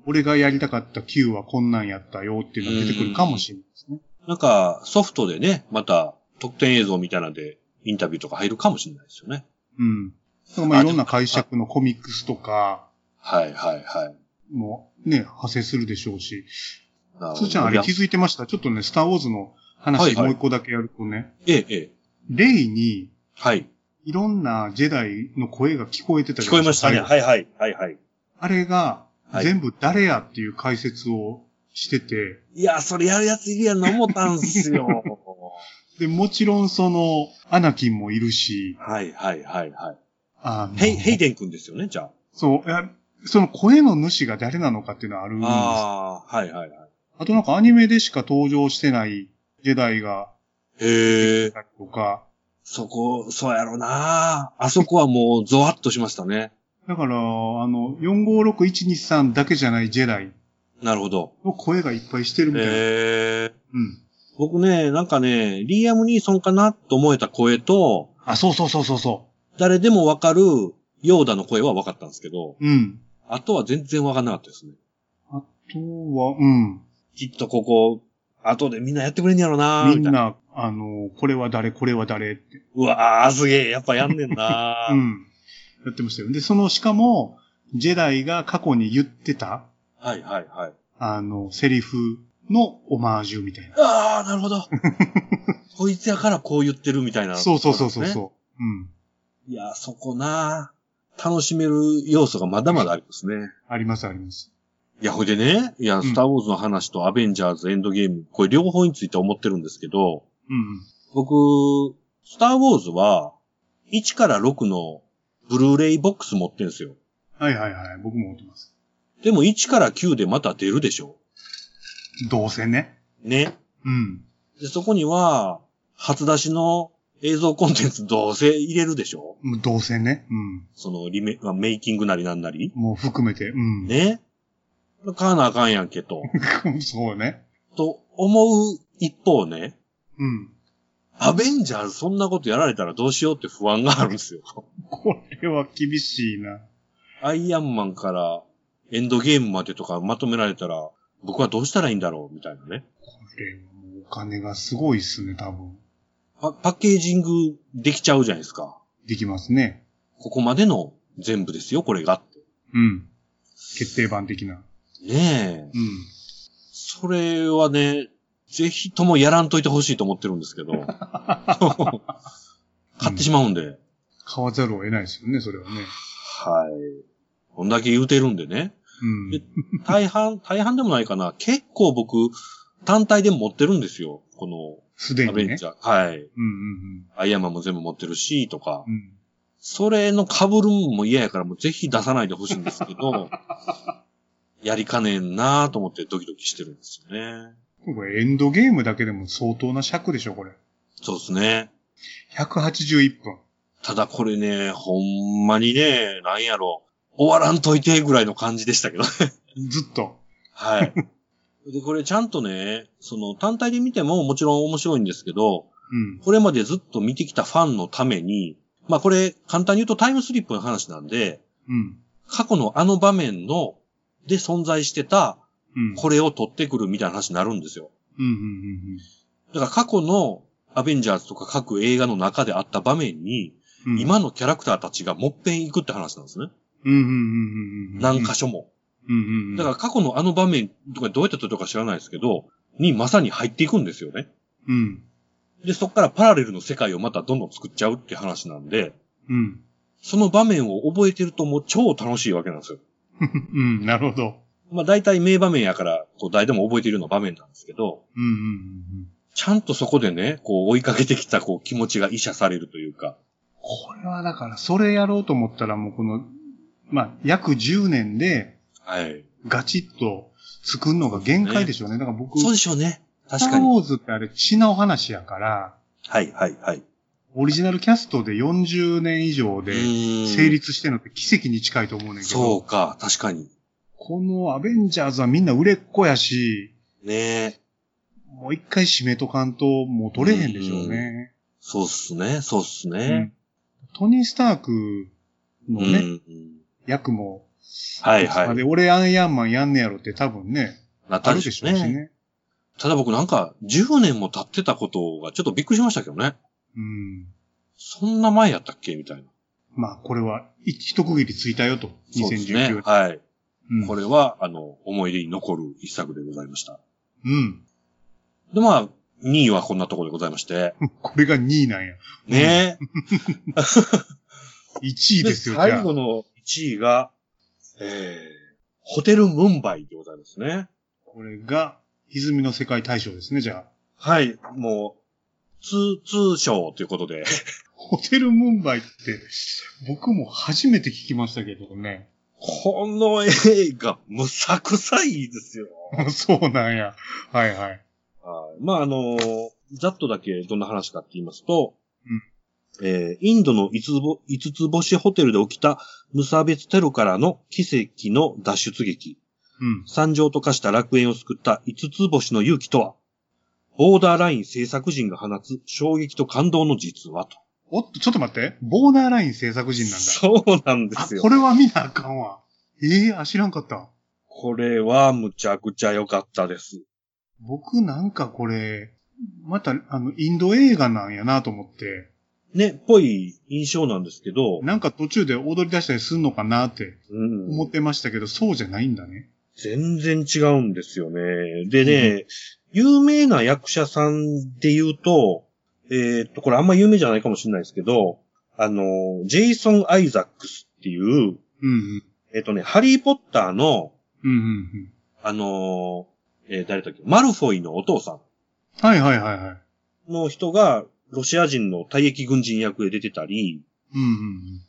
Speaker 3: 俺がやりたかった Q はこんなんやったよっていうのが出てくるかもしれないですね。
Speaker 2: なんか、ソフトでね、また、特典映像みたいなんで、インタビューとか入るかもしれないですよね。
Speaker 3: うん。だからまあ
Speaker 2: あ
Speaker 3: いろんな解釈のコミックスとか、
Speaker 2: はいはいはい。
Speaker 3: もね、派生するでしょうし。
Speaker 2: なるほ
Speaker 3: す
Speaker 2: ど
Speaker 3: ーちゃんあれ
Speaker 2: いや
Speaker 3: 気づいてましたちょっとね、スターウォーズの
Speaker 2: はい
Speaker 3: 話
Speaker 2: はい
Speaker 3: もう一個だけやるとね、
Speaker 2: ええ、ええ。
Speaker 3: レイに
Speaker 2: はい。
Speaker 3: いろんなジェダイの声が聞こえてた
Speaker 2: 聞
Speaker 3: じ
Speaker 2: こ
Speaker 3: ゃな
Speaker 2: え
Speaker 3: いで
Speaker 2: ますし
Speaker 3: か
Speaker 2: たね。はいはい。はいはい。
Speaker 3: あれが
Speaker 2: はい
Speaker 3: 全部誰やっていう解説をしてて、
Speaker 2: いや、それやるやついるやんな思ったんすよ。
Speaker 3: で、もちろんその、アナキンもいるし、
Speaker 2: はいはいはいは
Speaker 3: あの
Speaker 2: い。ヘイ、ヘイデン君ですよね、じゃ
Speaker 3: そう、いやその声の主が誰なのかっていうのはあるん
Speaker 2: あ。
Speaker 3: ですあ
Speaker 2: ああ、はいはいはい。
Speaker 3: となんかアニメでしか登場してないジェダイが
Speaker 2: へ
Speaker 3: い
Speaker 2: え、
Speaker 3: たりとか、
Speaker 2: そこ、そうやろなあそこはもう、ゾワッとしましたね。
Speaker 3: だから、あの、456123だけじゃないジェダイ
Speaker 2: なるほど。
Speaker 3: の声がいっぱいしてるみたいな。
Speaker 2: へえ。
Speaker 3: うん。
Speaker 2: 僕ね、なんかね、リアム・ニーソンかなと思えた声と、
Speaker 3: あ、そうそうそうそうそ
Speaker 2: 誰でもわかるヨーダの声は分かったんですけど、
Speaker 3: う。うん。
Speaker 2: あとは全然わかんなかったですね。
Speaker 3: あとは、うん。
Speaker 2: きっとここ、後でみんなやってくれんやろな
Speaker 3: み
Speaker 2: み
Speaker 3: ん
Speaker 2: たいな。
Speaker 3: な、あの、これは誰、これは誰って。
Speaker 2: うわーすげえ、やっぱやんねん な
Speaker 3: うん。やってましたよ。で、その、しかも、ジェダイが過去に言ってた、
Speaker 2: はいはいはい。
Speaker 3: あの、セリフのオマージュみたいな。
Speaker 2: ああ、なる ほど。こいつやからこう言ってるみたいな、。
Speaker 3: そうそうそうそうそうう。うん。
Speaker 2: いやー、そこなー楽しめる要素がまだまだありますね。
Speaker 3: ありますあります。
Speaker 2: いや、ほいでね、いや、
Speaker 3: ん
Speaker 2: スターウォーズの話とアベンジャーズエンドゲーム、これ両方について思ってるんですけど、
Speaker 3: うん。
Speaker 2: 僕、スターウォーズは、1から6のブルーレイボックス持ってるんですよ。
Speaker 3: はいはいはい。僕も思ってます。
Speaker 2: でも1から9でまた出るでしょ
Speaker 3: どうせね。
Speaker 2: ね。
Speaker 3: うん。
Speaker 2: で、そこには、初出しの映像コンテンツどうせ入れるでしょ
Speaker 3: もうどうせね。うん。
Speaker 2: そのリメ、まあメイキングなりなんなり。
Speaker 3: もう含めて。うん。
Speaker 2: ね。買わなあかんやんけ と。
Speaker 3: そうね。
Speaker 2: と思う一方ね、
Speaker 3: うん。
Speaker 2: アベンジャーズそんなことやられたらどうしようって不安があるんですよ。
Speaker 3: これは厳しいな。
Speaker 2: アイアンマンからエンドゲームまでとかまとめられたら、僕はどうしたらいいんだろうみたいなね。
Speaker 3: これはもうお金がすごいっすね、多分。
Speaker 2: パパッケージングできちゃうじゃないですか。
Speaker 3: できますね。
Speaker 2: ここまでの全部ですよ、これがって。
Speaker 3: うん。決定版的な。
Speaker 2: ねえ。
Speaker 3: うん。
Speaker 2: それはね、ぜひともやらんといてほしいと思ってるんです けど。買ってしまうんで。
Speaker 3: 買わざるを得ないですよね、それはね。
Speaker 2: はい。こんだけ言うてるんでね。
Speaker 3: うん。
Speaker 2: え大半、大半でもないかな。結構僕、単体で持ってるんですよ。こ
Speaker 3: す
Speaker 2: の、
Speaker 3: で
Speaker 2: ア
Speaker 3: に
Speaker 2: ベン
Speaker 3: ね
Speaker 2: ジ。ャー。はい。
Speaker 3: うんうん
Speaker 2: アイアンマンも全部持ってるし、とか
Speaker 3: うん。う。ん。
Speaker 2: それの被るんも嫌やから、もうぜひ出さないでほしいんですけど、 やりかねえなぁと思ってドキドキしてるんですよね。
Speaker 3: これエンドゲームだけでも相当な尺でしょ、これ。
Speaker 2: そうですね。
Speaker 3: 181分。
Speaker 2: ただこれね、ほんまにね、なんやろ、終わらんといてぐらいの感じでしたけど ね。
Speaker 3: ずっと。
Speaker 2: はい。で、これちゃんとね、その単体で見てももちろん面白いんですけど、
Speaker 3: うん。
Speaker 2: これまでずっと見てきたファンのために、まあこれ簡単に言うとタイムスリップの話なんで、
Speaker 3: うん。
Speaker 2: 過去のあの場面の、で存在してた、
Speaker 3: うん。
Speaker 2: これを取ってくるみたいな話になるんですよ。
Speaker 3: うんうん
Speaker 2: だから過去のアベンジャーズとか各映画の中であった場面に、
Speaker 3: うんうん。
Speaker 2: 今のキャラクターたちがもっぺん行くって話なんですね。
Speaker 3: うんうんうんうんうん。
Speaker 2: 何箇所も。
Speaker 3: うんうんうん。
Speaker 2: だから過去のあの場面とかどうやって撮ったか知らないですけど、にまさに入っていくんですよね。
Speaker 3: うん。
Speaker 2: で、そこからパラレルの世界をまたどんどん作っちゃうって話なんで、
Speaker 3: うん。
Speaker 2: その場面を覚えてるともう超楽しいわけなんですよ。
Speaker 3: うん。なるほど。
Speaker 2: まあ大体名場面やから、こう誰でも覚えてるような場面なんですけど、
Speaker 3: うんうんうんうん。
Speaker 2: ちゃんとそこでね、こう追いかけてきたこう気持ちが医者されるというか、
Speaker 3: これはだから、それやろうと思ったらもうこの、まあ、約10年で
Speaker 2: はい。
Speaker 3: ガチッと作るのが限界でしょうね。だから僕、
Speaker 2: そう
Speaker 3: ス
Speaker 2: でしょうね。
Speaker 3: タ
Speaker 2: 確か
Speaker 3: ー
Speaker 2: に。
Speaker 3: ウォーズってあれ血なお話やから、
Speaker 2: はい、はい、はい。
Speaker 3: オリジナルキャストで40年以上で成
Speaker 2: 成
Speaker 3: 立してるのって奇跡に近いと思うねんけ
Speaker 2: そう
Speaker 3: ど、
Speaker 2: か、確かに。
Speaker 3: このアベンジャーズはみんな売れっ子やし、
Speaker 2: ねえ。
Speaker 3: もう一回締めとかんともう取れへんでしょうね。
Speaker 2: そうっすね、そうっす
Speaker 3: うん
Speaker 2: ね。
Speaker 3: トニー・スターク
Speaker 2: う
Speaker 3: の
Speaker 2: ん。
Speaker 3: ね、役も
Speaker 2: はい
Speaker 3: あ
Speaker 2: は
Speaker 3: れ、
Speaker 2: い。
Speaker 3: 俺アイアンマンやんねやろって多分ね、
Speaker 2: なっ
Speaker 3: あ
Speaker 2: た
Speaker 3: る
Speaker 2: ん
Speaker 3: で
Speaker 2: で
Speaker 3: し
Speaker 2: し
Speaker 3: ょ
Speaker 2: ょ
Speaker 3: う
Speaker 2: う
Speaker 3: し
Speaker 2: ね。
Speaker 3: ね。
Speaker 2: ただ僕なんか、10年も経ってたことがちょっとびっくりしましたけどね。
Speaker 3: うん。
Speaker 2: そんな前やったっけみたいな。
Speaker 3: まあ、これは、一一区切りついたよと、
Speaker 2: そうです
Speaker 3: 2019
Speaker 2: ね
Speaker 3: 年。。
Speaker 2: はい。
Speaker 3: うん
Speaker 2: これは、あの、思い出に残る一作でございました。
Speaker 3: うん。
Speaker 2: で、まあ、2位はこんなところでございまして。
Speaker 3: これが2位なんや。
Speaker 2: ねえ。
Speaker 3: 1位ですよ、じゃ
Speaker 2: 最
Speaker 3: あ。
Speaker 2: 後の1位が、えー、ホテルムンバイでございますね。
Speaker 3: これが、歪みの世界大賞ですね、じゃあ。
Speaker 2: はい、もう、通、通称ということで。
Speaker 3: ホテルムンバイって、僕も初めて聞きましたけどね。
Speaker 2: この映画、むさくさいですよ。
Speaker 3: そうなんや。はいはい。
Speaker 2: はいまあ、あのーざっとだけどんな話かって言いますと、
Speaker 3: うん
Speaker 2: えーインドの五つぼ五つ星ホテルで起きた無差別テロからの奇跡の脱出劇。
Speaker 3: うん。
Speaker 2: 惨状と化した楽園を救った五つ星の勇気とはボーダーライン制作人が放つ衝撃と感動の実話と。
Speaker 3: おっと、ちょっと待って。ボーダーライン制作人なんだ。
Speaker 2: そうなんで
Speaker 3: あ
Speaker 2: す、よ。
Speaker 3: これは見なあかんわ。ええあ、知らんかった。
Speaker 2: これはむちゃくちゃ良かったです。
Speaker 3: 僕なんかこれ、また、あの、インド映画なんやなと思って、
Speaker 2: ね、ぽい印象なんですけど、
Speaker 3: なんか途中で踊り出したりすんのかなって
Speaker 2: うん
Speaker 3: 思ってましたけど、そうじゃないんだね。
Speaker 2: 全然違うんですよね。でね、有名な役者さんで言うと、えーっと、これあんま有名じゃないかもしれないですけど、あの、ジェイソン・アイザックスっていう、
Speaker 3: うんうん。
Speaker 2: えーっとね、ハリー・ポッターの、
Speaker 3: うんうんうん。
Speaker 2: あのー、えー誰だっけ、マルフォイのお父さ
Speaker 3: はいはいはいはい。
Speaker 2: んの人が、ロシア人の退役軍人役で出てたり、
Speaker 3: うんうん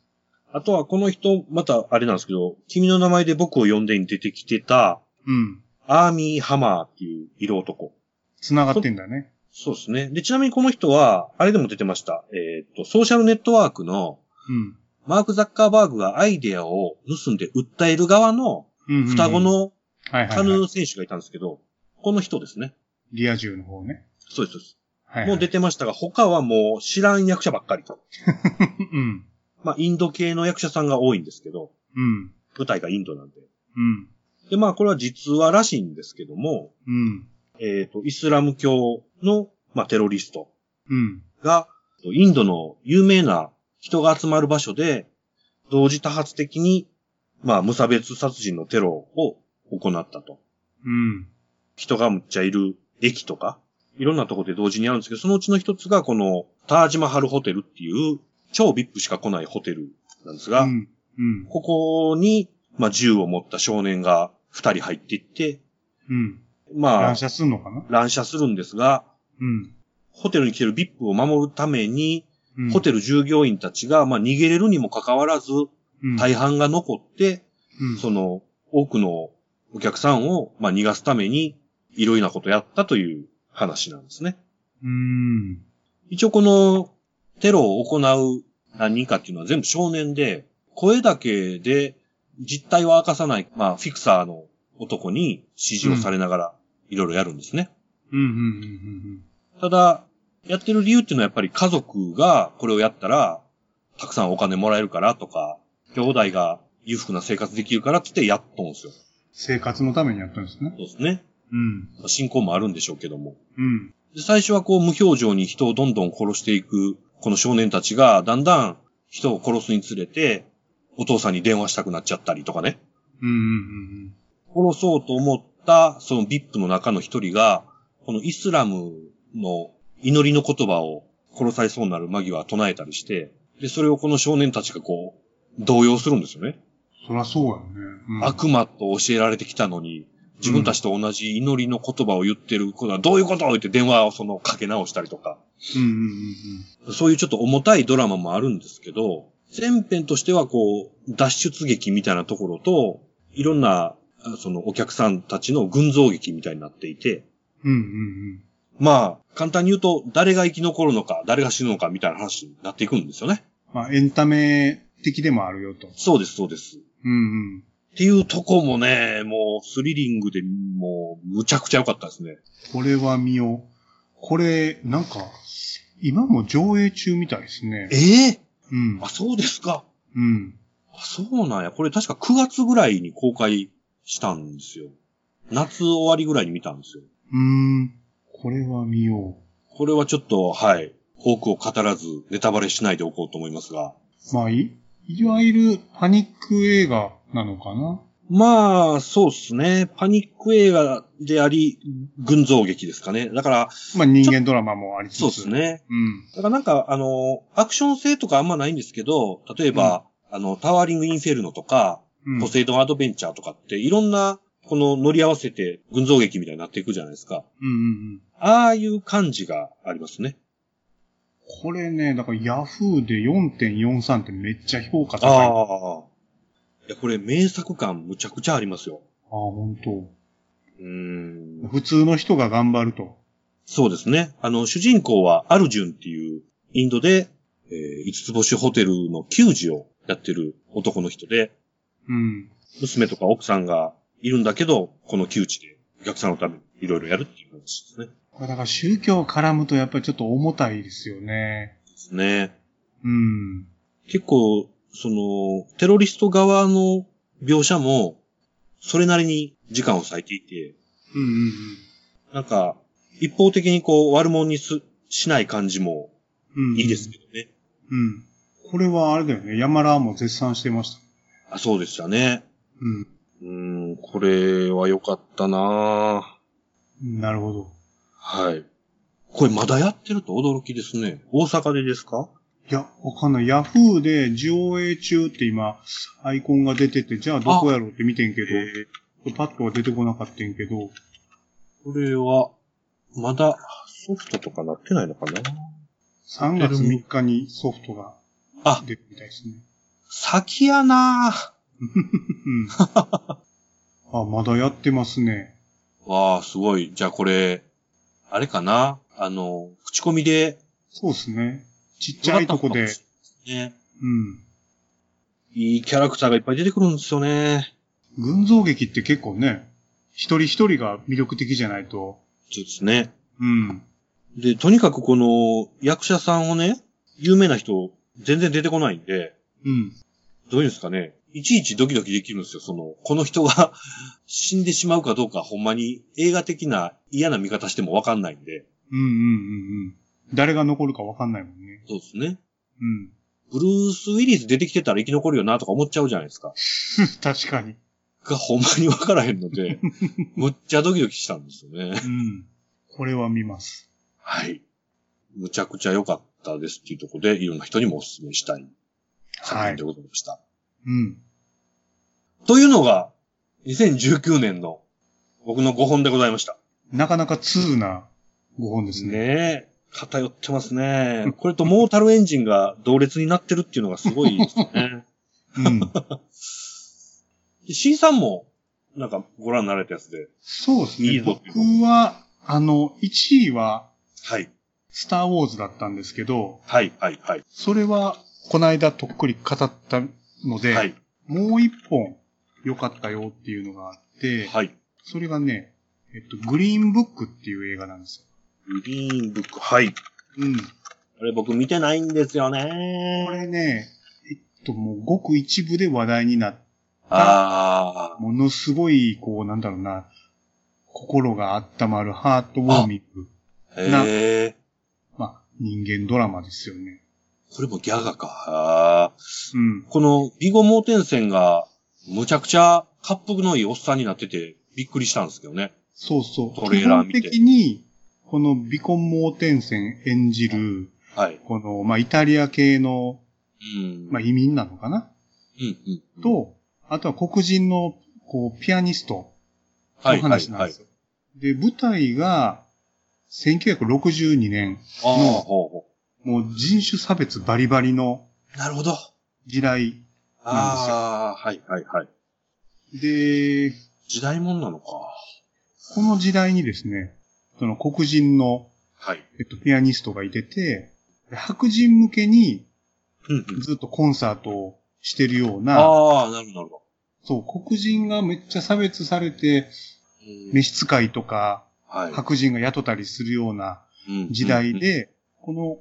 Speaker 2: あとはこの人、またあれなんですけど、君の名前で僕を呼んでに出てきてた、
Speaker 3: うん。うん。
Speaker 2: アーミー・ハマーっていう色男。
Speaker 3: 繋がってんだね。
Speaker 2: そうですね。で、ちなみにこの人は、あれでも出てました。えーっと、ソーシャルネットワークの、
Speaker 3: うん。
Speaker 2: マーク・ザッカーバーグがアイデアを盗んで訴える側の
Speaker 3: うんうんうん
Speaker 2: 双子、の
Speaker 3: はいはい
Speaker 2: カ
Speaker 3: は
Speaker 2: ヌ
Speaker 3: い、
Speaker 2: ー選手がいたんですけど、この人ですね。
Speaker 3: リア充の方ね。
Speaker 2: そうです、そうです。
Speaker 3: はい、はい。
Speaker 2: もう出てましたが、他はもう知らん役者ばっかりと。
Speaker 3: うん。
Speaker 2: まあ、インド系の役者さんが多いんですけど、
Speaker 3: うん。
Speaker 2: 舞台がインドなんで。
Speaker 3: うん。
Speaker 2: で、まあ、これは実話らしいんですけども、
Speaker 3: うん。
Speaker 2: えーっと、イスラム教の、まあ、テロリスト
Speaker 3: うん。
Speaker 2: が、インドの有名な人が集まる場所で、同時多発的に、まあ、無差別殺人のテロを行ったと。
Speaker 3: うん。
Speaker 2: 人がむっちゃいる駅とか、いろんなとこで同時にあるんですけど、そのうちの一つがこの、タージマハルホテルっていう、超 VIP しか来ないホテルなんですが、
Speaker 3: うん。うん。
Speaker 2: ここに、まあ、銃を持った少年が二人入っていって、
Speaker 3: うん。
Speaker 2: まあ
Speaker 3: 乱、射すんのかな
Speaker 2: 乱射するんですが、
Speaker 3: うん。
Speaker 2: ホテルに来てる VIP を守るために、
Speaker 3: うん
Speaker 2: ホテル従業員たちが、まあ、逃げれるにもかかわらず、
Speaker 3: うん
Speaker 2: 大半が残って、
Speaker 3: うん
Speaker 2: その、多くのお客さんを、まあ、逃がすために、いろいろなことやったという話なんですね。
Speaker 3: うーん。
Speaker 2: 一応この、テロを行う何人かっていうのは全部少年で、声だけで実態は明かさない、まあ、フィクサーの男に指示をされながら、いろいろやるんですね。
Speaker 3: うん、うん、うん、
Speaker 2: ただ、やってる理由っていうのはやっぱり家族がこれをやったら、たくさんお金もらえるからとか、兄弟が裕福な生活できるからってってやっとんですよ。そ
Speaker 3: 生活のためにやったんですね
Speaker 2: う。ですね。
Speaker 3: うん。
Speaker 2: まあ信仰もあるんでしょうけども。
Speaker 3: うん。
Speaker 2: で最初はこう無表情に人をどんどん殺していく、この少年たちがだんだん人を殺すにつれて、お父さんに電話したくなっちゃったりとかね。
Speaker 3: うん、うん、
Speaker 2: 殺そうと思った、その VIP の中の一人が、このイスラムの祈りの言葉を殺されそうになる間際唱えたりして、で、それをこの少年たちがこう、動揺するんですよね。
Speaker 3: うん。そらそうやね。うん、
Speaker 2: 悪魔と教えられてきたのに、自分たちと同じ祈りの言葉を言ってることはどういうことって電話をそのかけ直したりとか、
Speaker 3: うん、うん、
Speaker 2: そういうちょっと重たいドラマもあるんですけど、前編としてはこう、脱出劇みたいなところと、いろんな、あそのお客さんたちの群像劇みたいになっていて、
Speaker 3: うん。うん、うん、
Speaker 2: まあ、簡単に言うと、誰が生き残るのか、誰が死ぬのかみたいな話になっていくんですよね。
Speaker 3: うん。まあ、エンタメ的でもあるよと。
Speaker 2: そうです、そうです。
Speaker 3: うん、うん。
Speaker 2: っていうとこもね、もうスリリングで、もう、むちゃくちゃ良かったですね。
Speaker 3: これは見よう。これ、なんか、今も上映中みたいですね。
Speaker 2: ええ
Speaker 3: うん
Speaker 2: あ、。そうですか。
Speaker 3: うん。
Speaker 2: あ、そうなんや。これ確か9月ぐらいに公開したんですよ。夏終わりぐらいに見たんですよ。
Speaker 3: うーん。これは見よ
Speaker 2: これはちょっと、はい。多くを語らず、ネタバレしないでおこうと思いますが。
Speaker 3: う。まあ、いいわゆるパニック映画なのかな
Speaker 2: まあ、そうですね。パニック映画であり、群像劇ですかね。だから、
Speaker 3: まあ人間ドラマもありつつ。
Speaker 2: そうです。ね。
Speaker 3: うん。
Speaker 2: だからなんか、あの、アクション性とかあんまないんですけど、例えば、あの、タワーリングインフェルノとか、
Speaker 3: うん、
Speaker 2: ポセイドンアドベンチャーとかって、いろんな、この乗り合わせて群像劇みたいになっていくじゃないですか。
Speaker 3: うんうんうん。
Speaker 2: ああいう感じがありますね。
Speaker 3: これね、だからヤフーで4.43ってめっちゃ評価高い。ああ、
Speaker 2: ああ。いや、これ名作感むちゃくちゃありますよ。
Speaker 3: 本
Speaker 2: うー
Speaker 3: 当。
Speaker 2: ん。
Speaker 3: 普通の人が頑張ると。
Speaker 2: そうですね。あの、主人公はアルジュンっていうインドで、えー五つ星ホテルの給仕をやってる男の人で、
Speaker 3: うん。
Speaker 2: 娘とか奥さんがいるんだけど、この窮地でお客さんのためにいろいろやるっていう話ですね。
Speaker 3: だから宗教絡むとやっぱりちょっと重たいですよね。
Speaker 2: ですね。
Speaker 3: うん。
Speaker 2: 結構、その、テロリスト側の描写も、それなりに時間を割いていて、
Speaker 3: うんうん
Speaker 2: なんか、一方的にこう、悪者にす、しない感じも
Speaker 3: うん。うん。
Speaker 2: いいですけどね。
Speaker 3: うん。これはあれだよね。山ラーも絶賛してました。
Speaker 2: あ、そうでしたね。
Speaker 3: うん。
Speaker 2: うーん、これは良かったなぁ
Speaker 3: なるほど。
Speaker 2: はい。これまだやってると驚きですね。大阪でですか
Speaker 3: いや、わかんない。ヤフーで上映中って今、アイコンが出てて、じゃあどこやろうって見てんけ
Speaker 2: え
Speaker 3: ど、
Speaker 2: ー、
Speaker 3: パッとは出てこなかったんけど、
Speaker 2: これは、まだソフトとかなってないのかな
Speaker 3: 3月3日にソフトが
Speaker 2: あ、
Speaker 3: 出るみたいですね。
Speaker 2: 先やなぁ
Speaker 3: うん。あ、まだやってますね。
Speaker 2: わあ、すごい。じゃあこれ、あれかなあの、口コミで。
Speaker 3: そうですね。ちっちゃいとこで、
Speaker 2: ね。
Speaker 3: うん。
Speaker 2: いいキャラクターがいっぱい出てくるんですよね。
Speaker 3: 群像劇って結構ね、一人一人が魅力的じゃないと、
Speaker 2: そうですね。
Speaker 3: うん。
Speaker 2: で、とにかくこの役者さんをね、有名な人、全然出てこないんで、
Speaker 3: うん。
Speaker 2: どういうんですかね。いちいちドキドキできるんですよ。その、この人が 死んでしまうかどうか、ほんまに映画的な嫌な見方してもわかんないんで。
Speaker 3: うんうんうんうん。誰が残るかわかんないもんね。
Speaker 2: そうですね。
Speaker 3: うん。
Speaker 2: ブルース・ウィリス出てきてたら生き残るよなとか思っちゃうじゃないですか。
Speaker 3: 確かに。
Speaker 2: がほんまにわからへんの で、むっちゃドキドキしたんですよね。
Speaker 3: うん。これは見ます。
Speaker 2: はい。むちゃくちゃ良かったですっていうところで、いろんな人にもお勧めしたい作
Speaker 3: は
Speaker 2: 品
Speaker 3: い
Speaker 2: で。ございました。
Speaker 3: うん。
Speaker 2: というのが、2019年の僕の5本でございました。
Speaker 3: なかなか通な5本ですね。
Speaker 2: ねえ。偏ってますね。これとモータルエンジンが同列になってるっていうのがすごいですね。
Speaker 3: うん。
Speaker 2: で C さんも、なんかご覧になられたやつで。
Speaker 3: そうです
Speaker 2: いい
Speaker 3: ね。
Speaker 2: ぞ
Speaker 3: 僕は、あの、1位は、
Speaker 2: はい。
Speaker 3: スター・ウォーズだったんですけど、
Speaker 2: はい、はい、はい。
Speaker 3: それは、この間とっくり語ったので、
Speaker 2: はい、
Speaker 3: もう一本良かったよっていうのがあって、
Speaker 2: はい。
Speaker 3: それがね、えっと、グリーンブックっていう映画なんです
Speaker 2: グリーンブック、はい。
Speaker 3: よ。うん。
Speaker 2: これ僕見てないんですよ
Speaker 3: こ
Speaker 2: ね。
Speaker 3: れね、えっと、もうごく一部で話題になっ
Speaker 2: ああ。
Speaker 3: ものすごい、こう、なんだろうな、心が温まるハートウォーミング。
Speaker 2: へえ。
Speaker 3: まあ、人間ドラマですよね。
Speaker 2: これもギャガか。あ
Speaker 3: うん
Speaker 2: ー。このビゴ・モーテンセンが、むちゃくちゃ、滑腹のいいおっさんになってて、びっくりしたんですけどね。
Speaker 3: そうそう。
Speaker 2: トレーラー見て
Speaker 3: 基本的に、このビコン・モーテンセン演じる、
Speaker 2: はい。
Speaker 3: この、まあ、イタリア系の、
Speaker 2: うん。
Speaker 3: まあ、移民なのかな
Speaker 2: うん、うん。、
Speaker 3: と、あとは黒人の、こう、ピアニスト
Speaker 2: はい、
Speaker 3: の
Speaker 2: はい、
Speaker 3: 話なん
Speaker 2: は
Speaker 3: で
Speaker 2: い
Speaker 3: す。よ。で、舞台が、1962年、
Speaker 2: ああ、
Speaker 3: の
Speaker 2: ほうほ
Speaker 3: もう人種差別バリバリの
Speaker 2: う。なるほど。
Speaker 3: 時代
Speaker 2: ああ、はい、はい、はい。
Speaker 3: で、
Speaker 2: 時代もんなのか。
Speaker 3: この時代にですね、その黒人の、
Speaker 2: はい。
Speaker 3: えっと、ピアニストがいてて、で白人向けに
Speaker 2: うん、うん。
Speaker 3: ずっとコンサートをしてるような、
Speaker 2: ああ、なるほど、なるほど。
Speaker 3: そう、黒人がめっちゃ差別されて、
Speaker 2: うん
Speaker 3: 召使いとか、
Speaker 2: はい
Speaker 3: 白人が雇ったりするような
Speaker 2: うん
Speaker 3: 時代、で、この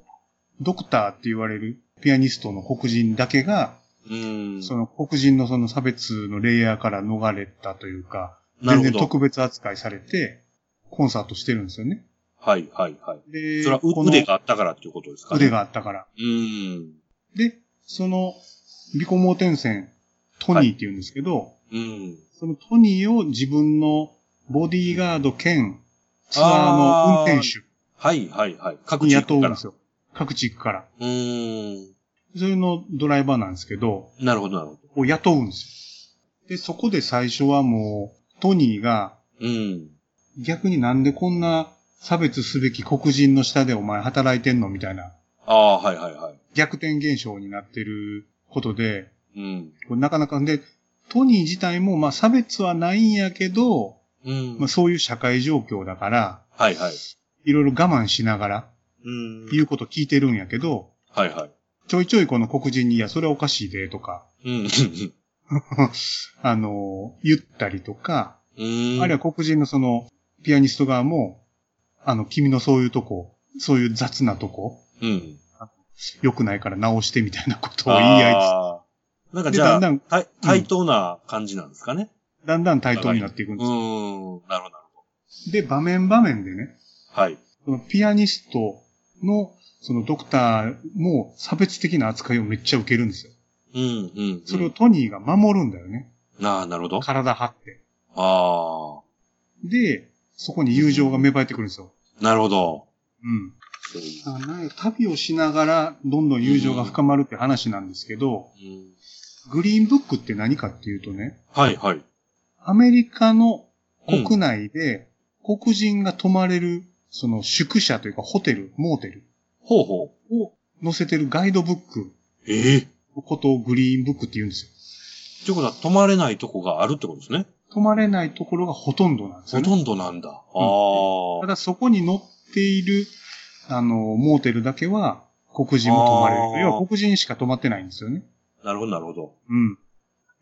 Speaker 3: ドクターって言われるピアニストの黒人だけが、
Speaker 2: うん。
Speaker 3: その黒人のその差別のレイヤーから逃れたというか、
Speaker 2: なる
Speaker 3: 全
Speaker 2: ほ
Speaker 3: 然
Speaker 2: ど
Speaker 3: 特別扱いされて、コンサートしてるんですよね。
Speaker 2: はい、はい、はい。
Speaker 3: で、
Speaker 2: それは
Speaker 3: この
Speaker 2: 腕があったからっていうことですかね。
Speaker 3: 腕があったから。
Speaker 2: うん。
Speaker 3: で、その、ビコモーテンセン、トニーって言うんですけど、
Speaker 2: うん。
Speaker 3: そのトニーを自分のボディーガード兼ツアーの運転
Speaker 2: はいはいはい。
Speaker 3: 手
Speaker 2: 各
Speaker 3: に
Speaker 2: 地行
Speaker 3: 雇
Speaker 2: く
Speaker 3: うん
Speaker 2: か
Speaker 3: で
Speaker 2: ら。
Speaker 3: すよ。各地行くから。
Speaker 2: うーん。
Speaker 3: それのドライバーなんですけど、
Speaker 2: なるほどなるほど。
Speaker 3: を雇うんですよ。で、そこで最初はもう、トニーが
Speaker 2: うん。
Speaker 3: 逆になんでこんな差別すべき黒人の下でお前働いてんのみたいな
Speaker 2: ああ、はいはいは
Speaker 3: 逆転現象になってることで、
Speaker 2: い。うん。
Speaker 3: これなかなか、で、トニー自体もまあ差別はないんやけど、
Speaker 2: うん。
Speaker 3: まあそういう社会状況だから、
Speaker 2: はいはい。
Speaker 3: いろいろ我慢しながら
Speaker 2: うん
Speaker 3: 言うこと聞いてるんやけど、
Speaker 2: はいはい。
Speaker 3: ちょいちょいこの黒人に、いや、それはおかしいで、とか、
Speaker 2: うん。
Speaker 3: あの、言ったりとか、
Speaker 2: うん。
Speaker 3: あるいは黒人のその、ピアニスト側も、あの、君のそういうとこ、そういう雑なとこ、
Speaker 2: うん。
Speaker 3: 良くないから直してみたいなことを言い合い
Speaker 2: あーなんか
Speaker 3: つつ、
Speaker 2: じ
Speaker 3: で、
Speaker 2: ゃ
Speaker 3: だ
Speaker 2: あ
Speaker 3: んだ、ん、
Speaker 2: 対対等な感じなんですかね。
Speaker 3: だんだん対等になっていく
Speaker 2: うんん。
Speaker 3: で
Speaker 2: なるほどなるほど。
Speaker 3: す。で、場面場面でね、
Speaker 2: はい。
Speaker 3: そのピアニストの、そのドクターも差別的な扱いをめっちゃ受けるんですよ。
Speaker 2: うん、うん。
Speaker 3: それをトニーが守るんだよね。
Speaker 2: なあ、なるほど。あ
Speaker 3: 体張って。
Speaker 2: あ
Speaker 3: で、そこに友情が芽生えてくるんですよ。
Speaker 2: ー、なるほど。
Speaker 3: うん。だからなんや旅をしながら、どんどん友情が深まるって話なんですけど、
Speaker 2: うん
Speaker 3: グリーンブックって何かっていうとね、
Speaker 2: はい、はい。
Speaker 3: アメリカの国内で黒人が泊まれる、その宿舎というかホテル、モーテル
Speaker 2: ほうほう。
Speaker 3: を載せてるガイドブック
Speaker 2: ええ
Speaker 3: のことをグリーンブックって言うんですよ。
Speaker 2: ってことは、泊まれないとこがあるってことですね。
Speaker 3: 泊まれないところがほとんどなんですよ、
Speaker 2: ほ
Speaker 3: ね。
Speaker 2: とんどなんだ。ああ。
Speaker 3: ただそこに載っている、あの、モーテルだけは黒人も泊まれ
Speaker 2: あー
Speaker 3: る。要は黒人しか泊まってないんですよね。
Speaker 2: なるほど、なるほど。
Speaker 3: うん。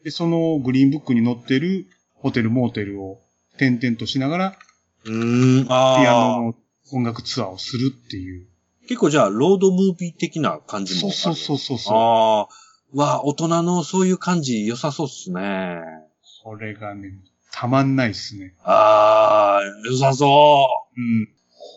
Speaker 3: で、そのグリーンブックに載ってるホテル、モーテルを点々としながら、
Speaker 2: うーん、
Speaker 3: ピアノ
Speaker 2: ああ。
Speaker 3: の音楽ツアーをするっていう。
Speaker 2: 結構じゃあ、ロードムービー的な感じも
Speaker 3: そうそうそうそうそう。
Speaker 2: ああ。うわあ、大人のそういう感じ良さそうっすね。
Speaker 3: これがね、たまんないっすね。
Speaker 2: ああ、良さそ
Speaker 3: うん。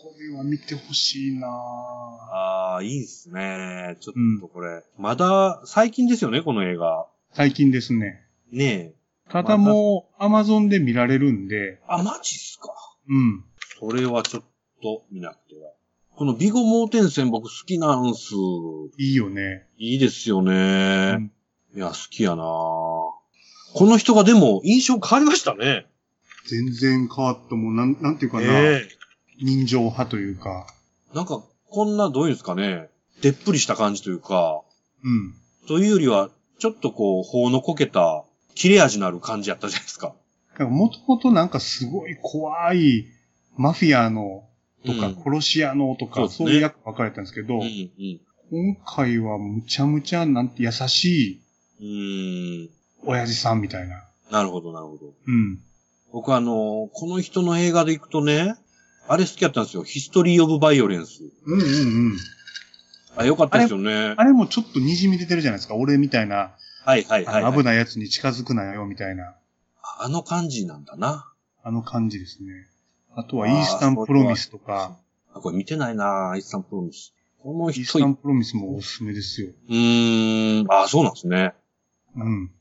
Speaker 3: これは見てほしいな
Speaker 2: う。
Speaker 3: ぁ
Speaker 2: ああ、いいっすね。ちょ
Speaker 3: うん
Speaker 2: っとこれ。まだ、最近ですよね、この映画。
Speaker 3: 最近ですね。
Speaker 2: ねえ。
Speaker 3: ただもう、アマゾンで見られるんで、
Speaker 2: あ、マジっすか。
Speaker 3: うん。
Speaker 2: それはちょっと見なくては。このビゴ盲点線僕好きなんす。
Speaker 3: いいよね。
Speaker 2: いいですよ
Speaker 3: う
Speaker 2: ね。
Speaker 3: ん
Speaker 2: いや、好きやなこの人がでも印象変わりましたね。
Speaker 3: 全然変わった、もう、なん、なんていうかな、
Speaker 2: え
Speaker 3: 人情派というか、
Speaker 2: えなんか、こんな、どういうんですかね。でっぷりした感じというか、
Speaker 3: うん。
Speaker 2: というよりは、ちょっとこう、法のこけた、切れ味のある感じやったじゃないですか。
Speaker 3: もともとなんかすごい怖い、マフィアのとか、
Speaker 2: うん
Speaker 3: 殺し屋のと
Speaker 2: そう
Speaker 3: か、
Speaker 2: です
Speaker 3: そ
Speaker 2: ね
Speaker 3: ういう役分かれたんですけど、
Speaker 2: うん、うん。
Speaker 3: 今回はむちゃむちゃなんて優しいう
Speaker 2: ーん。
Speaker 3: 親父さんみたいな。
Speaker 2: なるほど、なるほど。
Speaker 3: うん。
Speaker 2: 僕あの、この人の映画で行くとね、あれ好きやったんですよ。ヒストリー・オブ・バイオレンス。
Speaker 3: うんうんうん。
Speaker 2: あ、よかったですよね。
Speaker 3: あれもちょっと滲み出てるじゃないですか。俺みたいな、
Speaker 2: はいはい
Speaker 3: あ
Speaker 2: はい、
Speaker 3: の
Speaker 2: はい
Speaker 3: 危ないやつに近づくなよみたいな、
Speaker 2: あの感じなんだな。
Speaker 3: あの感じですね。あとは
Speaker 2: あ
Speaker 3: イ
Speaker 2: ー
Speaker 3: ースタンプロミスとか、
Speaker 2: あ、これ見てないなイースタンプロミス。この
Speaker 3: イー
Speaker 2: 人
Speaker 3: スタ、ンプロミスもおすすめですよ。
Speaker 2: うーん、あ、そうなんですね。
Speaker 3: うん。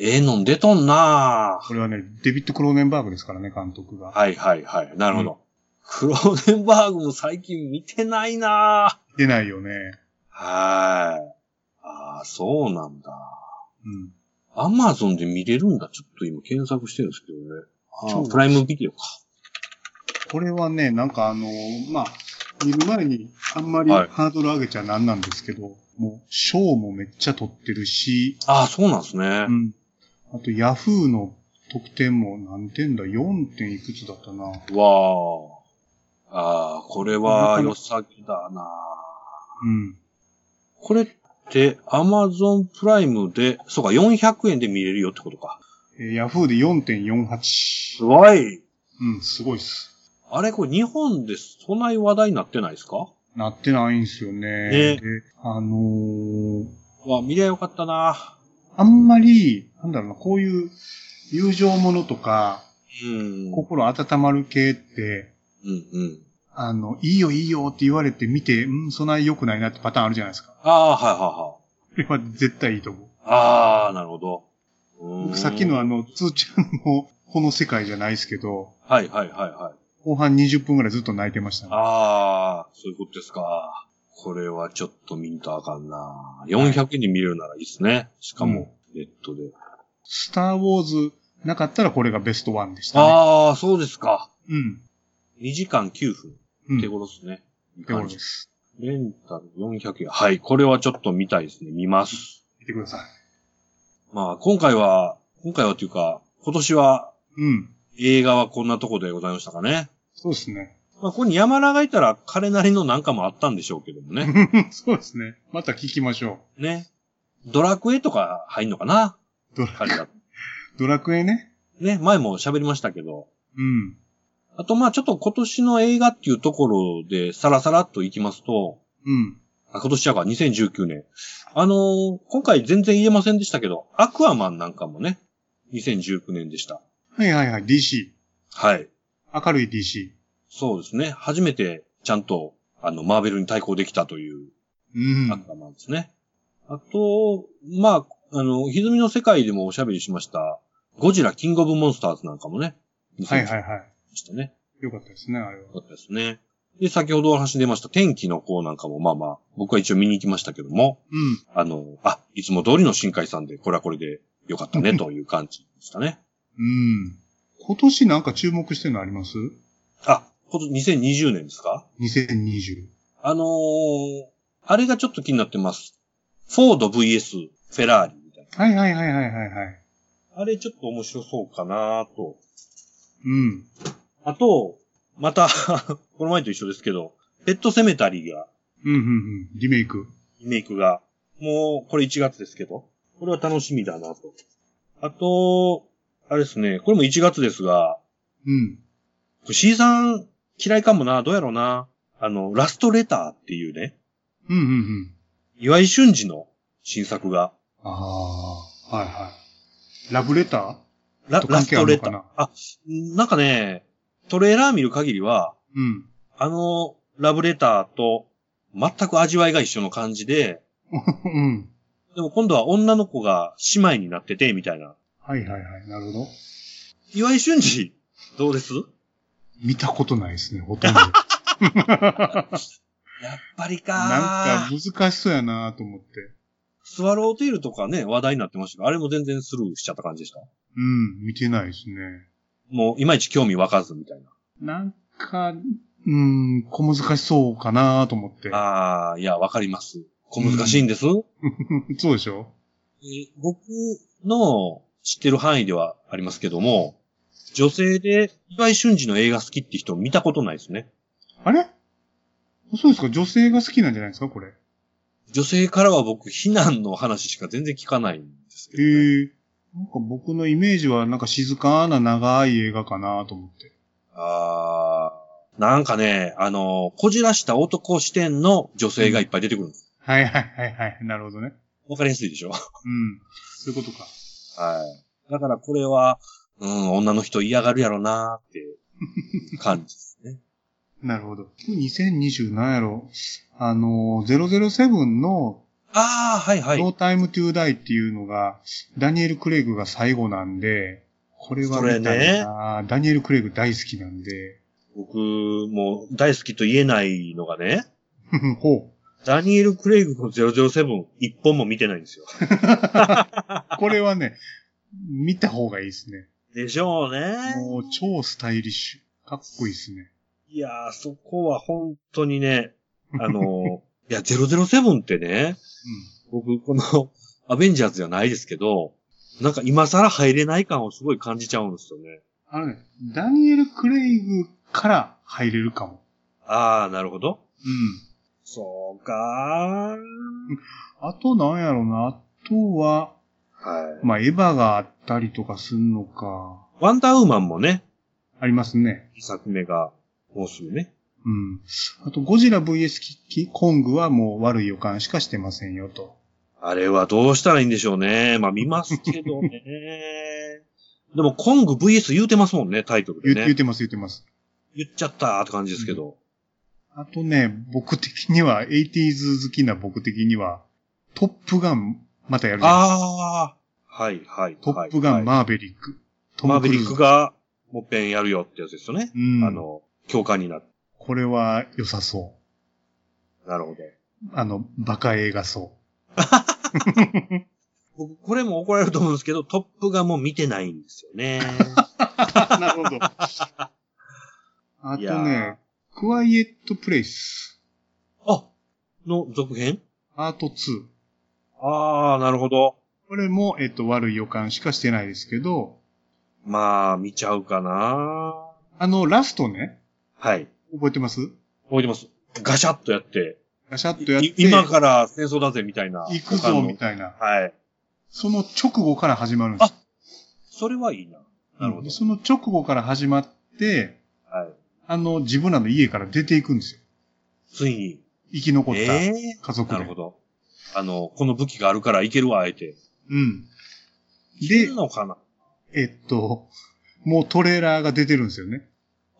Speaker 2: ええのん出とんな
Speaker 3: これはね、デビッド・クローネンバーグですからね、監督が。
Speaker 2: はいはいはい。なるほど。クローデンバーグも最近見てないな
Speaker 3: 出ないよね。
Speaker 2: はい。ああ、そうなんだ。
Speaker 3: うん。
Speaker 2: アマゾンで見れるんだ。ちょっと今検索してるんですけどね。
Speaker 3: そ
Speaker 2: あ
Speaker 3: う
Speaker 2: ープライムビデオか。
Speaker 3: これはね、なんかあのーまあ、見る前にあんまり
Speaker 2: はい
Speaker 3: ハードル上げちゃなんなんですけど、もう、賞もめっちゃ取ってるし、
Speaker 2: ああ、そうなんですね。
Speaker 3: うん。あと、ヤフーの得点も何点だ ?4 点いくつだったな。う
Speaker 2: わあ。ああ、これは良さげだな。
Speaker 3: ん。
Speaker 2: これって、アマゾンプライムで、そうか、400円で見れるよってことか。
Speaker 3: えーヤフーで4.48。
Speaker 2: ごい。
Speaker 3: うん、すごいっす。
Speaker 2: あれ、これ日本でそんなに話題になってないですか
Speaker 3: なってないんすよね。
Speaker 2: ね
Speaker 3: で、あのー
Speaker 2: わあ、見りゃよかったな。
Speaker 3: あんまり、なんだろうな、こういう友情ものとか、
Speaker 2: うん。
Speaker 3: 心温まる系って、
Speaker 2: うんうん。
Speaker 3: あの、いいよいいよって言われて見て、うん、そんなに良くないなってパターンあるじゃないですか。
Speaker 2: ああ、はいはいはい。
Speaker 3: これは絶対いいと思う。
Speaker 2: ああ、なるほど。うーん
Speaker 3: 僕さっきのあの、つーちゃんのこの世界じゃないですけど、
Speaker 2: はいはいはいはい。
Speaker 3: 後半20分ぐらいずっと泣いてましたね。
Speaker 2: ああ、そういうことですか。これはちょっと見んとあかんな。400人見れるならいいですね。しかも、ネットで。
Speaker 3: スターウォーズなかったらこれがベストワンでしたね。
Speaker 2: ああ、そうですか。
Speaker 3: うん。
Speaker 2: 2時間9分
Speaker 3: うん。
Speaker 2: って
Speaker 3: っ
Speaker 2: ことですね。いい
Speaker 3: てこ
Speaker 2: 感
Speaker 3: と
Speaker 2: じ
Speaker 3: です。
Speaker 2: レンタル400円。はい、これはちょっと見たいですね。見ます。
Speaker 3: 見てください。
Speaker 2: まあ、今回は、今回はというか、今年は
Speaker 3: うん。
Speaker 2: 映画はこんなとこでございましたかね。
Speaker 3: そうですね。
Speaker 2: まあ、ここに山田がいたら彼なりのなんかもあったんでしょうけども ね。
Speaker 3: そうですね。また聞きましょ
Speaker 2: ね。ドラクエとか入んのかな
Speaker 3: う。ドラ
Speaker 2: 彼ら。
Speaker 3: ドラクエね。
Speaker 2: ね、前も喋りましたけど。
Speaker 3: うん。
Speaker 2: あと、まあちょっと今年の映画っていうところで、さらさらっといきますと、
Speaker 3: うん。
Speaker 2: あ、今年じゃうか、2019年。あのー今回全然言えませんでしたけど、アクアマンなんかもね、2019年でした。
Speaker 3: はいはいはい。DC。
Speaker 2: はい。
Speaker 3: 明るい DC。
Speaker 2: そうですね。初めて、ちゃんと、あの、マーベルに対抗できたという、
Speaker 3: うん。
Speaker 2: アクアマンですね。あと、まああの、歪みの世界でもおしゃべりしました、ゴジラ、キングオブモンスターズなんかもね、。
Speaker 3: はいはいいは
Speaker 2: したね。
Speaker 3: い。よかったですね、あれは。
Speaker 2: よかったですね。で、先ほどお話に出ました天気の子なんかもまあまあ、僕は一応見に行きましたけども、
Speaker 3: うん。
Speaker 2: あの、あ、いつも通りの新海さんで、これはこれでよかったね、という感じでしたね。
Speaker 3: うん。今年なんか注目してるのあります
Speaker 2: あ、今年2020年ですか
Speaker 3: ?2020。
Speaker 2: あのー、あれがちょっと気になってます。フォード VS フェラーリみたいな。
Speaker 3: はいはいはいはいはいはい。
Speaker 2: あれちょっと面白そうかなと。
Speaker 3: うん。
Speaker 2: あと、また、 この前と一緒ですけど、ペットセメタリーが
Speaker 3: うんうんうん。リメイク。
Speaker 2: リメイクが。もう、これ1月ですけど。これは楽しみだなと。あと、あれですね、これも1月ですが、
Speaker 3: うん。
Speaker 2: これ C さん嫌いかもな、どうやろうな。あの、ラストレターっていうね、
Speaker 3: うんうんうん。
Speaker 2: 岩井俊二の新作が、
Speaker 3: ああ、はいはい。ラブレター
Speaker 2: ラ
Speaker 3: と
Speaker 2: ラ
Speaker 3: 関
Speaker 2: ス
Speaker 3: 係あ
Speaker 2: ト
Speaker 3: る
Speaker 2: レ
Speaker 3: の
Speaker 2: タ
Speaker 3: か
Speaker 2: ー
Speaker 3: な。
Speaker 2: あ、なんかね、トレーラー見る限りは、
Speaker 3: うん。
Speaker 2: あの、ラブレターと全く味わいが一緒の感じで、
Speaker 3: うん。
Speaker 2: でも今度は女の子が姉妹になってて、みたいな。
Speaker 3: はいはいはい。なるほど。
Speaker 2: 岩井俊二、どうです
Speaker 3: 見たことないですね、ほとんど。
Speaker 2: やっぱりか
Speaker 3: なんか
Speaker 2: ー
Speaker 3: 難しそうやなと思って。
Speaker 2: スワローテイルとかね、話題になってましたけど、あれも全然スルーしちゃった感じでした。
Speaker 3: うん、見てないですね。
Speaker 2: もう、いまいち興味湧かずみたい
Speaker 3: なんか、うん、小難しそうかなと思って
Speaker 2: な。。あー、いや、わかります。小難しいんです、
Speaker 3: そうでしょ
Speaker 2: えー僕の知ってる範囲ではありますけども、女性で岩井俊二の映画好きって人見たことないですね。
Speaker 3: あれそうですか女性が好きなんじゃないですかこれ。へ
Speaker 2: 女性からは僕、非難の話しか全然聞かないんですけ
Speaker 3: え
Speaker 2: ど、ね。
Speaker 3: なんか僕のイメージはなんか静かな長い映画かなと思って。
Speaker 2: あー、なんかね、あの、こじらした男視点の女性がいっぱい出てくるんです。
Speaker 3: はいはいはいはい。なるほどね。
Speaker 2: わかりやすいでしょ
Speaker 3: うん。そういうことか。
Speaker 2: はい。だからこれは、うん、女の人嫌がるやろなーって感じですね。
Speaker 3: なるほど。2020なんやろ。あの、007の
Speaker 2: ああ、はいは
Speaker 3: No
Speaker 2: い。
Speaker 3: Time to Die っていうのが、ダニエル・クレイグが最後なんで、これは見た
Speaker 2: それ
Speaker 3: いな、ダニエル・クレイグ大好きなんで。
Speaker 2: 僕、もう大好きと言えないのがね、
Speaker 3: ほう。
Speaker 2: ダニエル・クレイグの007、一本も見てないんですよ。
Speaker 3: これはね、見た方がいいですね。
Speaker 2: でしょうね。
Speaker 3: もう超スタイリッシュ。かっこいいですね。
Speaker 2: いやー、そこは本当にね、あのー、いや、007ってね、僕、この、アベンジャーズじゃないですけど、なんか今更入れない感をすごい感じちゃうんですよね。
Speaker 3: うん。あのね、ダニエル・クレイグから入れるかも。
Speaker 2: ああ、なるほど。
Speaker 3: うん。
Speaker 2: そうか
Speaker 3: あとなんやろな、あとは、
Speaker 2: ー。はい。
Speaker 3: まあ、エヴァがあったりとかすんのか。
Speaker 2: ワンダーウーマンもね、
Speaker 3: ありますね。
Speaker 2: 一作目が、もうすぐね。
Speaker 3: うん。あと、ゴジラ VS キコングはもう悪い予感しかしてませんよと。
Speaker 2: あれはどうしたらいいんでしょうね。まあ見ますけどね。 でも、コング VS 言うてますもんね、タイトル
Speaker 3: 言,、
Speaker 2: でね。
Speaker 3: 言ってます、言ってます。
Speaker 2: 言っちゃったって感じですけど。
Speaker 3: あとね、僕的には、80s 好きな僕的には、トップガンまたやるじゃないですか
Speaker 2: ああ、はいはい。
Speaker 3: トップガン、
Speaker 2: マ
Speaker 3: マーベリック。ト
Speaker 2: ー
Speaker 3: ム・
Speaker 2: ベ
Speaker 3: ク
Speaker 2: リ
Speaker 3: ルー
Speaker 2: ック
Speaker 3: ズ。
Speaker 2: が、もっぺんやるよってやつですよね。
Speaker 3: うん。
Speaker 2: あの、共感になって。
Speaker 3: これは良さそ
Speaker 2: なるほど。
Speaker 3: う。あの、バカ映画そ
Speaker 2: 僕、これも怒られると思うんですけど、トップガンも見てないんですよ ね。
Speaker 3: う。なるほど。あ
Speaker 2: い
Speaker 3: と
Speaker 2: やー
Speaker 3: ね、クワイエット・プレイス、
Speaker 2: あの続編
Speaker 3: アート2。
Speaker 2: ああ、なるほど。
Speaker 3: これも、えっと、悪い予感しかしてないですけど、
Speaker 2: まあ、見ちゃうかな。
Speaker 3: あの、ラストね、
Speaker 2: はい。
Speaker 3: 覚えてます
Speaker 2: 覚えてます。ガシャッとやって、
Speaker 3: ガシャッとやっ
Speaker 2: い
Speaker 3: て、
Speaker 2: 今から戦争だぜみたいな。
Speaker 3: 行く
Speaker 2: 他
Speaker 3: ぞ、
Speaker 2: の
Speaker 3: みたいな。
Speaker 2: はい。
Speaker 3: その直後から始まるんですよ
Speaker 2: それはいいな。なるほ
Speaker 3: うん
Speaker 2: ど。
Speaker 3: その直後から始まって、
Speaker 2: はい。
Speaker 3: あの、自分らの家から出ていくんですよ。
Speaker 2: ついに。
Speaker 3: 生き残っ
Speaker 2: え
Speaker 3: た
Speaker 2: え
Speaker 3: 家族
Speaker 2: な
Speaker 3: で。
Speaker 2: るほど。あの、この武器があるからいけるわ、あえて。
Speaker 3: うん。
Speaker 2: い
Speaker 3: で
Speaker 2: る、のかな
Speaker 3: えっと、もうトレーラーが出てるんですよね。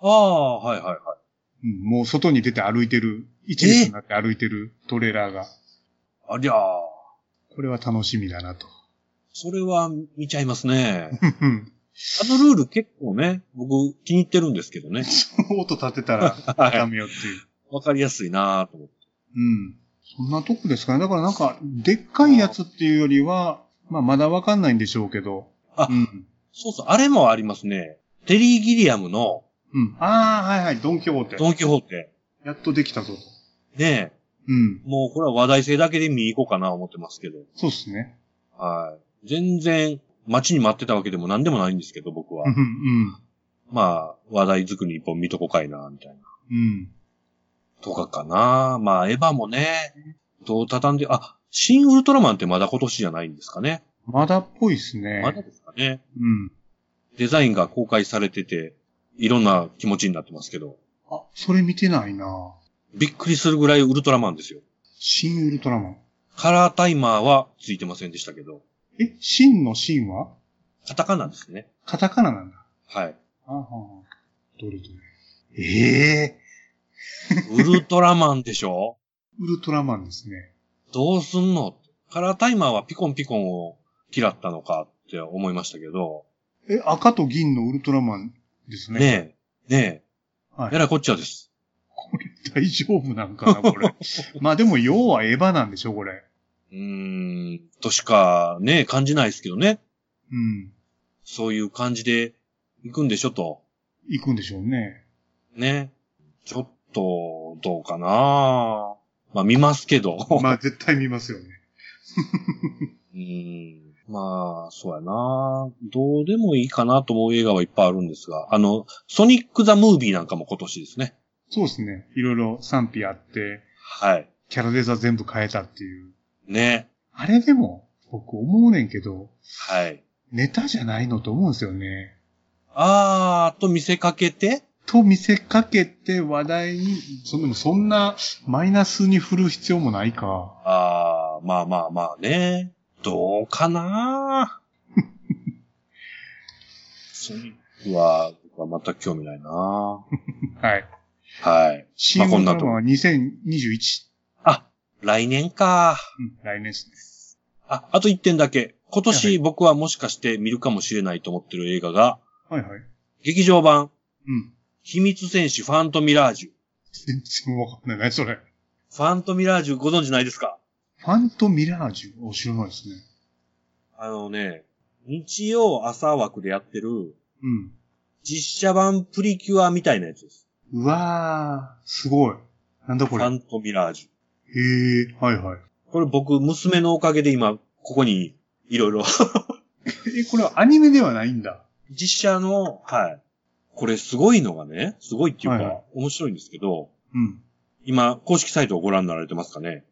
Speaker 2: ああ、はいはいはい。
Speaker 3: うん、もう外に出て歩いてる、一列になって歩いてるトレーラーが。
Speaker 2: ありゃあ、
Speaker 3: これは楽しみだなと。
Speaker 2: それは見ちゃいますね。
Speaker 3: うん
Speaker 2: あのルール結構ね、僕気に入ってるんですけどね。
Speaker 3: 音立て たらダ
Speaker 2: は
Speaker 3: メよっていう。
Speaker 2: い。わかりやすいなぁと思って。
Speaker 3: うん。そんなとこですかね。だからなんか、でっかいやつっていうよりは、まあまだわかんないんでしょうけど。
Speaker 2: あ
Speaker 3: うん。
Speaker 2: そうそう、あれもありますね。テリー・ギリアムの
Speaker 3: うん。ああ、はいはい、ドンキホーテ。
Speaker 2: ドン・キホーテ。
Speaker 3: やっとできたぞと。
Speaker 2: ねえ。
Speaker 3: うん。
Speaker 2: もうこれは話題性だけで見に行こうかな思ってますけど。
Speaker 3: そうですね。
Speaker 2: はい。全然待ちに待ってたわけでも何でもないんですけど、僕は
Speaker 3: うん。。
Speaker 2: まあ、話題作り一本見とこかいな、みたいな。
Speaker 3: うん。うん。
Speaker 2: とかかな。まあ、エヴァもね、どう畳んで、あ、シン・ウルトラマンってまだ今年じゃないんですかね。
Speaker 3: まだっぽいですね。
Speaker 2: まだですかね。
Speaker 3: うん。
Speaker 2: デザインが公開されてて、いろんな気持ちになってますけど、
Speaker 3: あ、それ見てないな
Speaker 2: びっくりするぐらいウルトラマンですよ。
Speaker 3: 新ウルトラマン。
Speaker 2: カラータイマーはついてませんでしたけど、
Speaker 3: え、新の新は
Speaker 2: カタカナですね。
Speaker 3: カタカナなんだ。
Speaker 2: はい。
Speaker 3: あはは。どれどれ。ええ
Speaker 2: ウルトラマンでしょ
Speaker 3: ウルトラマンですね。
Speaker 2: どうすんのカラータイマーはピコンピコンを嫌ったのかって思いましたけど、
Speaker 3: え、赤と銀のウルトラマンですね。
Speaker 2: ねえ、ねえ、
Speaker 3: はい
Speaker 2: えらいこっちゃです。
Speaker 3: これ 大丈夫なんかな、これ。まあでも、要はエヴァなんでしょ、これ。
Speaker 2: うーん、としかね、感じないですけどね。
Speaker 3: うん。
Speaker 2: そういう感じで行くんでしょと。
Speaker 3: 行くんでしょうね。
Speaker 2: ね。ちょっと、どうかなまあ見ますけど。
Speaker 3: まあ絶対見ますよね。
Speaker 2: うんまあ、そうやなどうでもいいかなと思う映画はいっぱいあるんですが、あの、ソニック・ザ・ムービーなんかも今年ですね。
Speaker 3: そうですね。いろいろ賛否あって、
Speaker 2: はい。
Speaker 3: キャラデザ全部変えたっていう。
Speaker 2: ね。
Speaker 3: あれでも、僕思うねんけど、
Speaker 2: はい。
Speaker 3: ネタじゃないのと思うんですよね。
Speaker 2: あー、と見せかけて、
Speaker 3: と見せかけて話題に、そんなそんなマイナスに振る必要もないか。
Speaker 2: あー、まあまあまあね。どうかなソニックは、僕はまた興味ないな
Speaker 3: はい。
Speaker 2: はい。
Speaker 3: 新ウ
Speaker 2: こん
Speaker 3: ルト
Speaker 2: な
Speaker 3: ラ
Speaker 2: と
Speaker 3: マンは2021。
Speaker 2: あ、来年か
Speaker 3: うん、来年ですね。
Speaker 2: あ、あと一点だけ。今
Speaker 3: はい
Speaker 2: 年僕はもしかして見るかもしれないと思ってる映画が、
Speaker 3: はいはい。
Speaker 2: 劇場版、
Speaker 3: うん。
Speaker 2: 秘密戦士ファントミラージ
Speaker 3: 全然わかんない。何それ。
Speaker 2: ュ。ファントミラージュご存知ないですか
Speaker 3: ファントミラージュを知らないですね。
Speaker 2: あのね、日曜朝枠でやってる
Speaker 3: うん。
Speaker 2: 実写版プリキュアみたいなやつです。
Speaker 3: うわー、すごい。なんだ
Speaker 2: フ
Speaker 3: これ。
Speaker 2: ァ
Speaker 3: へ
Speaker 2: ントミラージ
Speaker 3: え、はいはい。
Speaker 2: ュ。これ僕、娘のおかげで今、ここに、いろいろ、
Speaker 3: え、これはアニメではないんだ。
Speaker 2: 実写の、はい。これすごいのがね、すごいっていう
Speaker 3: はいは
Speaker 2: か、面白いんですけど、
Speaker 3: うん。
Speaker 2: 今、公式サイトをご覧になられてますかね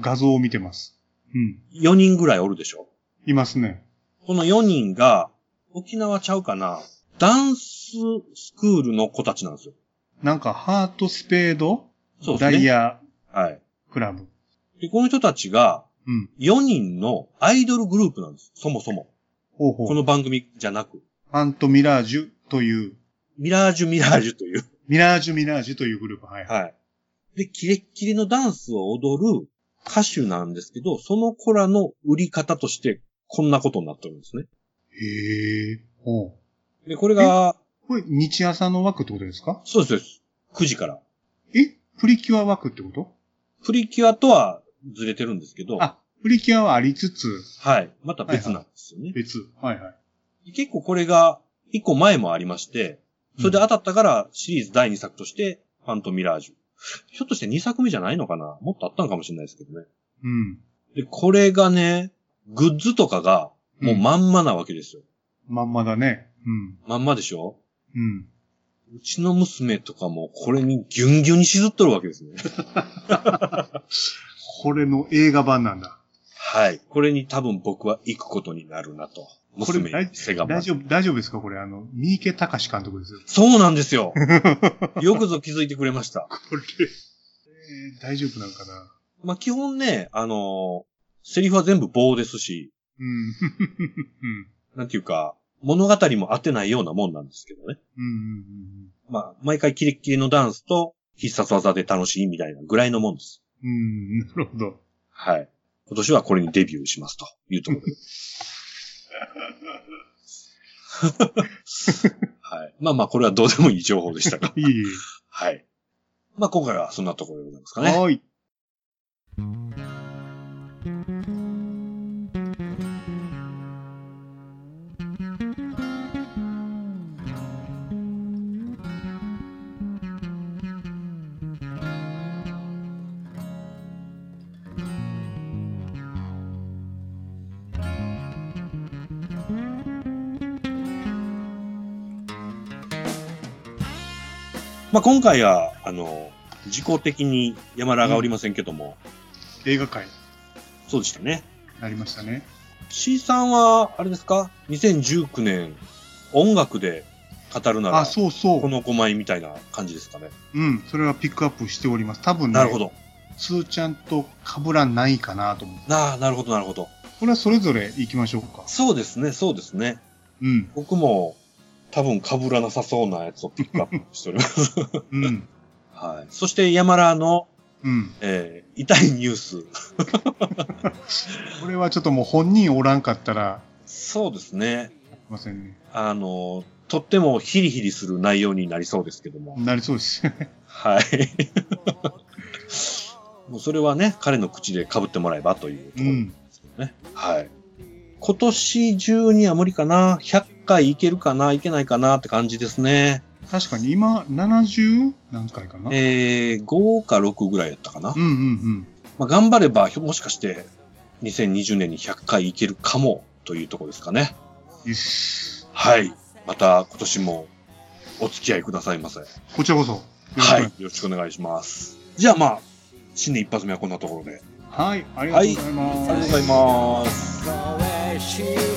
Speaker 3: 画像を見てます。うん。
Speaker 2: ?4 人ぐらいおるでしょ
Speaker 3: いますね。
Speaker 2: この4人が、沖縄ちゃうかな、ダンススクールの子たちなんですよ。
Speaker 3: なんか、ハート、スペード、
Speaker 2: そうです
Speaker 3: ダ
Speaker 2: ね。
Speaker 3: イヤ、
Speaker 2: はい。
Speaker 3: クラブ。
Speaker 2: で、この人たちが、
Speaker 3: うん。
Speaker 2: 4人のアイドルグループなんです。そもそも。
Speaker 3: ほうほう。
Speaker 2: この番組じゃなく、
Speaker 3: ファントミラージュという、
Speaker 2: ミラージュミラージュという。
Speaker 3: ミラージュミラージュというグループ。はい。
Speaker 2: はい。で、キレッキレのダンスを踊る歌手なんですけど、その子らの売り方としてこんなことになってるんですね。
Speaker 3: へえ。おう
Speaker 2: で、これが、
Speaker 3: これ、日朝の枠ってことですか
Speaker 2: そうですそうです。9時から。
Speaker 3: えプリキュア枠ってこと
Speaker 2: プリキュアとはずれてるんですけど、
Speaker 3: あ、プリキュアはありつつ、
Speaker 2: はい。また別なんですよね。
Speaker 3: 別。はいはい。
Speaker 2: 結構これが、一個前もありまして、それで
Speaker 3: うん
Speaker 2: 当たったからシリーズ第2作として、ファントミラージュ。ひょっとして2作目じゃないのかなもっとあったのかもしれないですけどね。
Speaker 3: うん。
Speaker 2: で、これがね、グッズとかが、もう
Speaker 3: うん
Speaker 2: まんまなわけですよ。
Speaker 3: まんまだね。うん。
Speaker 2: まんまでしょ
Speaker 3: うん。
Speaker 2: うちの娘とかもこれにギュンギュンにしずっとるわけですね。
Speaker 3: これの映画版なんだ。
Speaker 2: はい。これに多分僕は行くことになるなと。
Speaker 3: これ
Speaker 2: 娘に背が
Speaker 3: 大
Speaker 2: ま
Speaker 3: 丈夫、大丈夫ですかこれ、あの、三池隆監督ですよ。
Speaker 2: そうなんです よ。よくぞ気づいてくれました。
Speaker 3: これ、えー大丈夫なのかな
Speaker 2: まあ、基本ね、あのーセリフは全部棒ですし、
Speaker 3: うん。
Speaker 2: なんていうか、物語も合ってないようなもんなんですけどね。
Speaker 3: うん。うん。
Speaker 2: まあ、毎回キレッキレのダンスと必殺技で楽しいみたいなぐらいのもんです。
Speaker 3: うん。うん。なるほど。
Speaker 2: はい。今年はこれにデビューしますというとこ ろで。はい。まあまあ、これはどうでもいい情報でしたが。
Speaker 3: いい。
Speaker 2: はい。まあ今回はそんなところでございますかね。
Speaker 3: はーい。
Speaker 2: まあ今回は、あの、自己的に山田がおりませんけども、
Speaker 3: 映画界、
Speaker 2: そうでしたね。
Speaker 3: なりましたね。
Speaker 2: C さんは、あれですか ?2019 年、音楽で語るなら、
Speaker 3: あ、そうそ
Speaker 2: こ
Speaker 3: う。
Speaker 2: の5枚みたいな感じですかね。
Speaker 3: うん。それはピックアップしております。多分ね、
Speaker 2: なるほど。
Speaker 3: つーちゃんと被らないかなと思って。
Speaker 2: なあ、なるほど、なるほど。
Speaker 3: これはそれぞれ行きましょうか。
Speaker 2: そうですね、そうですね。
Speaker 3: うん。
Speaker 2: 僕も、多分被らなさそうなやつをピックアップしております。
Speaker 3: うん。
Speaker 2: はい。そして山田の、
Speaker 3: うん。
Speaker 2: えー、痛いニュース。
Speaker 3: これはちょっともう本人おらんかったら、
Speaker 2: そうですね。
Speaker 3: すいませんね。
Speaker 2: あの、とってもヒリヒリする内容になりそうですけども。
Speaker 3: なりそうです。
Speaker 2: はい。もうそれはね、彼の口で被ってもらえばというところ
Speaker 3: う
Speaker 2: で
Speaker 3: ん。
Speaker 2: すけどね。はい。今年中には無理かな。100回いけるかな、いけないかなって感じですね。
Speaker 3: 確かに今、70何回かな。
Speaker 2: えー、5か6ぐらいやったかな。
Speaker 3: うんうん
Speaker 2: まあ、頑張れば、ひょもしかして、2020年に100回いけるかもというところですかね。
Speaker 3: うん。よし。
Speaker 2: はい。また今年もお付き合いくださいませ。
Speaker 3: こちらこそ。よろしく
Speaker 2: はい。よろしくお願いします。じゃあまあ、新年一発目はこんなところで。
Speaker 3: はい。ありがとうございます。
Speaker 2: ありがとうございます。
Speaker 1: Go where she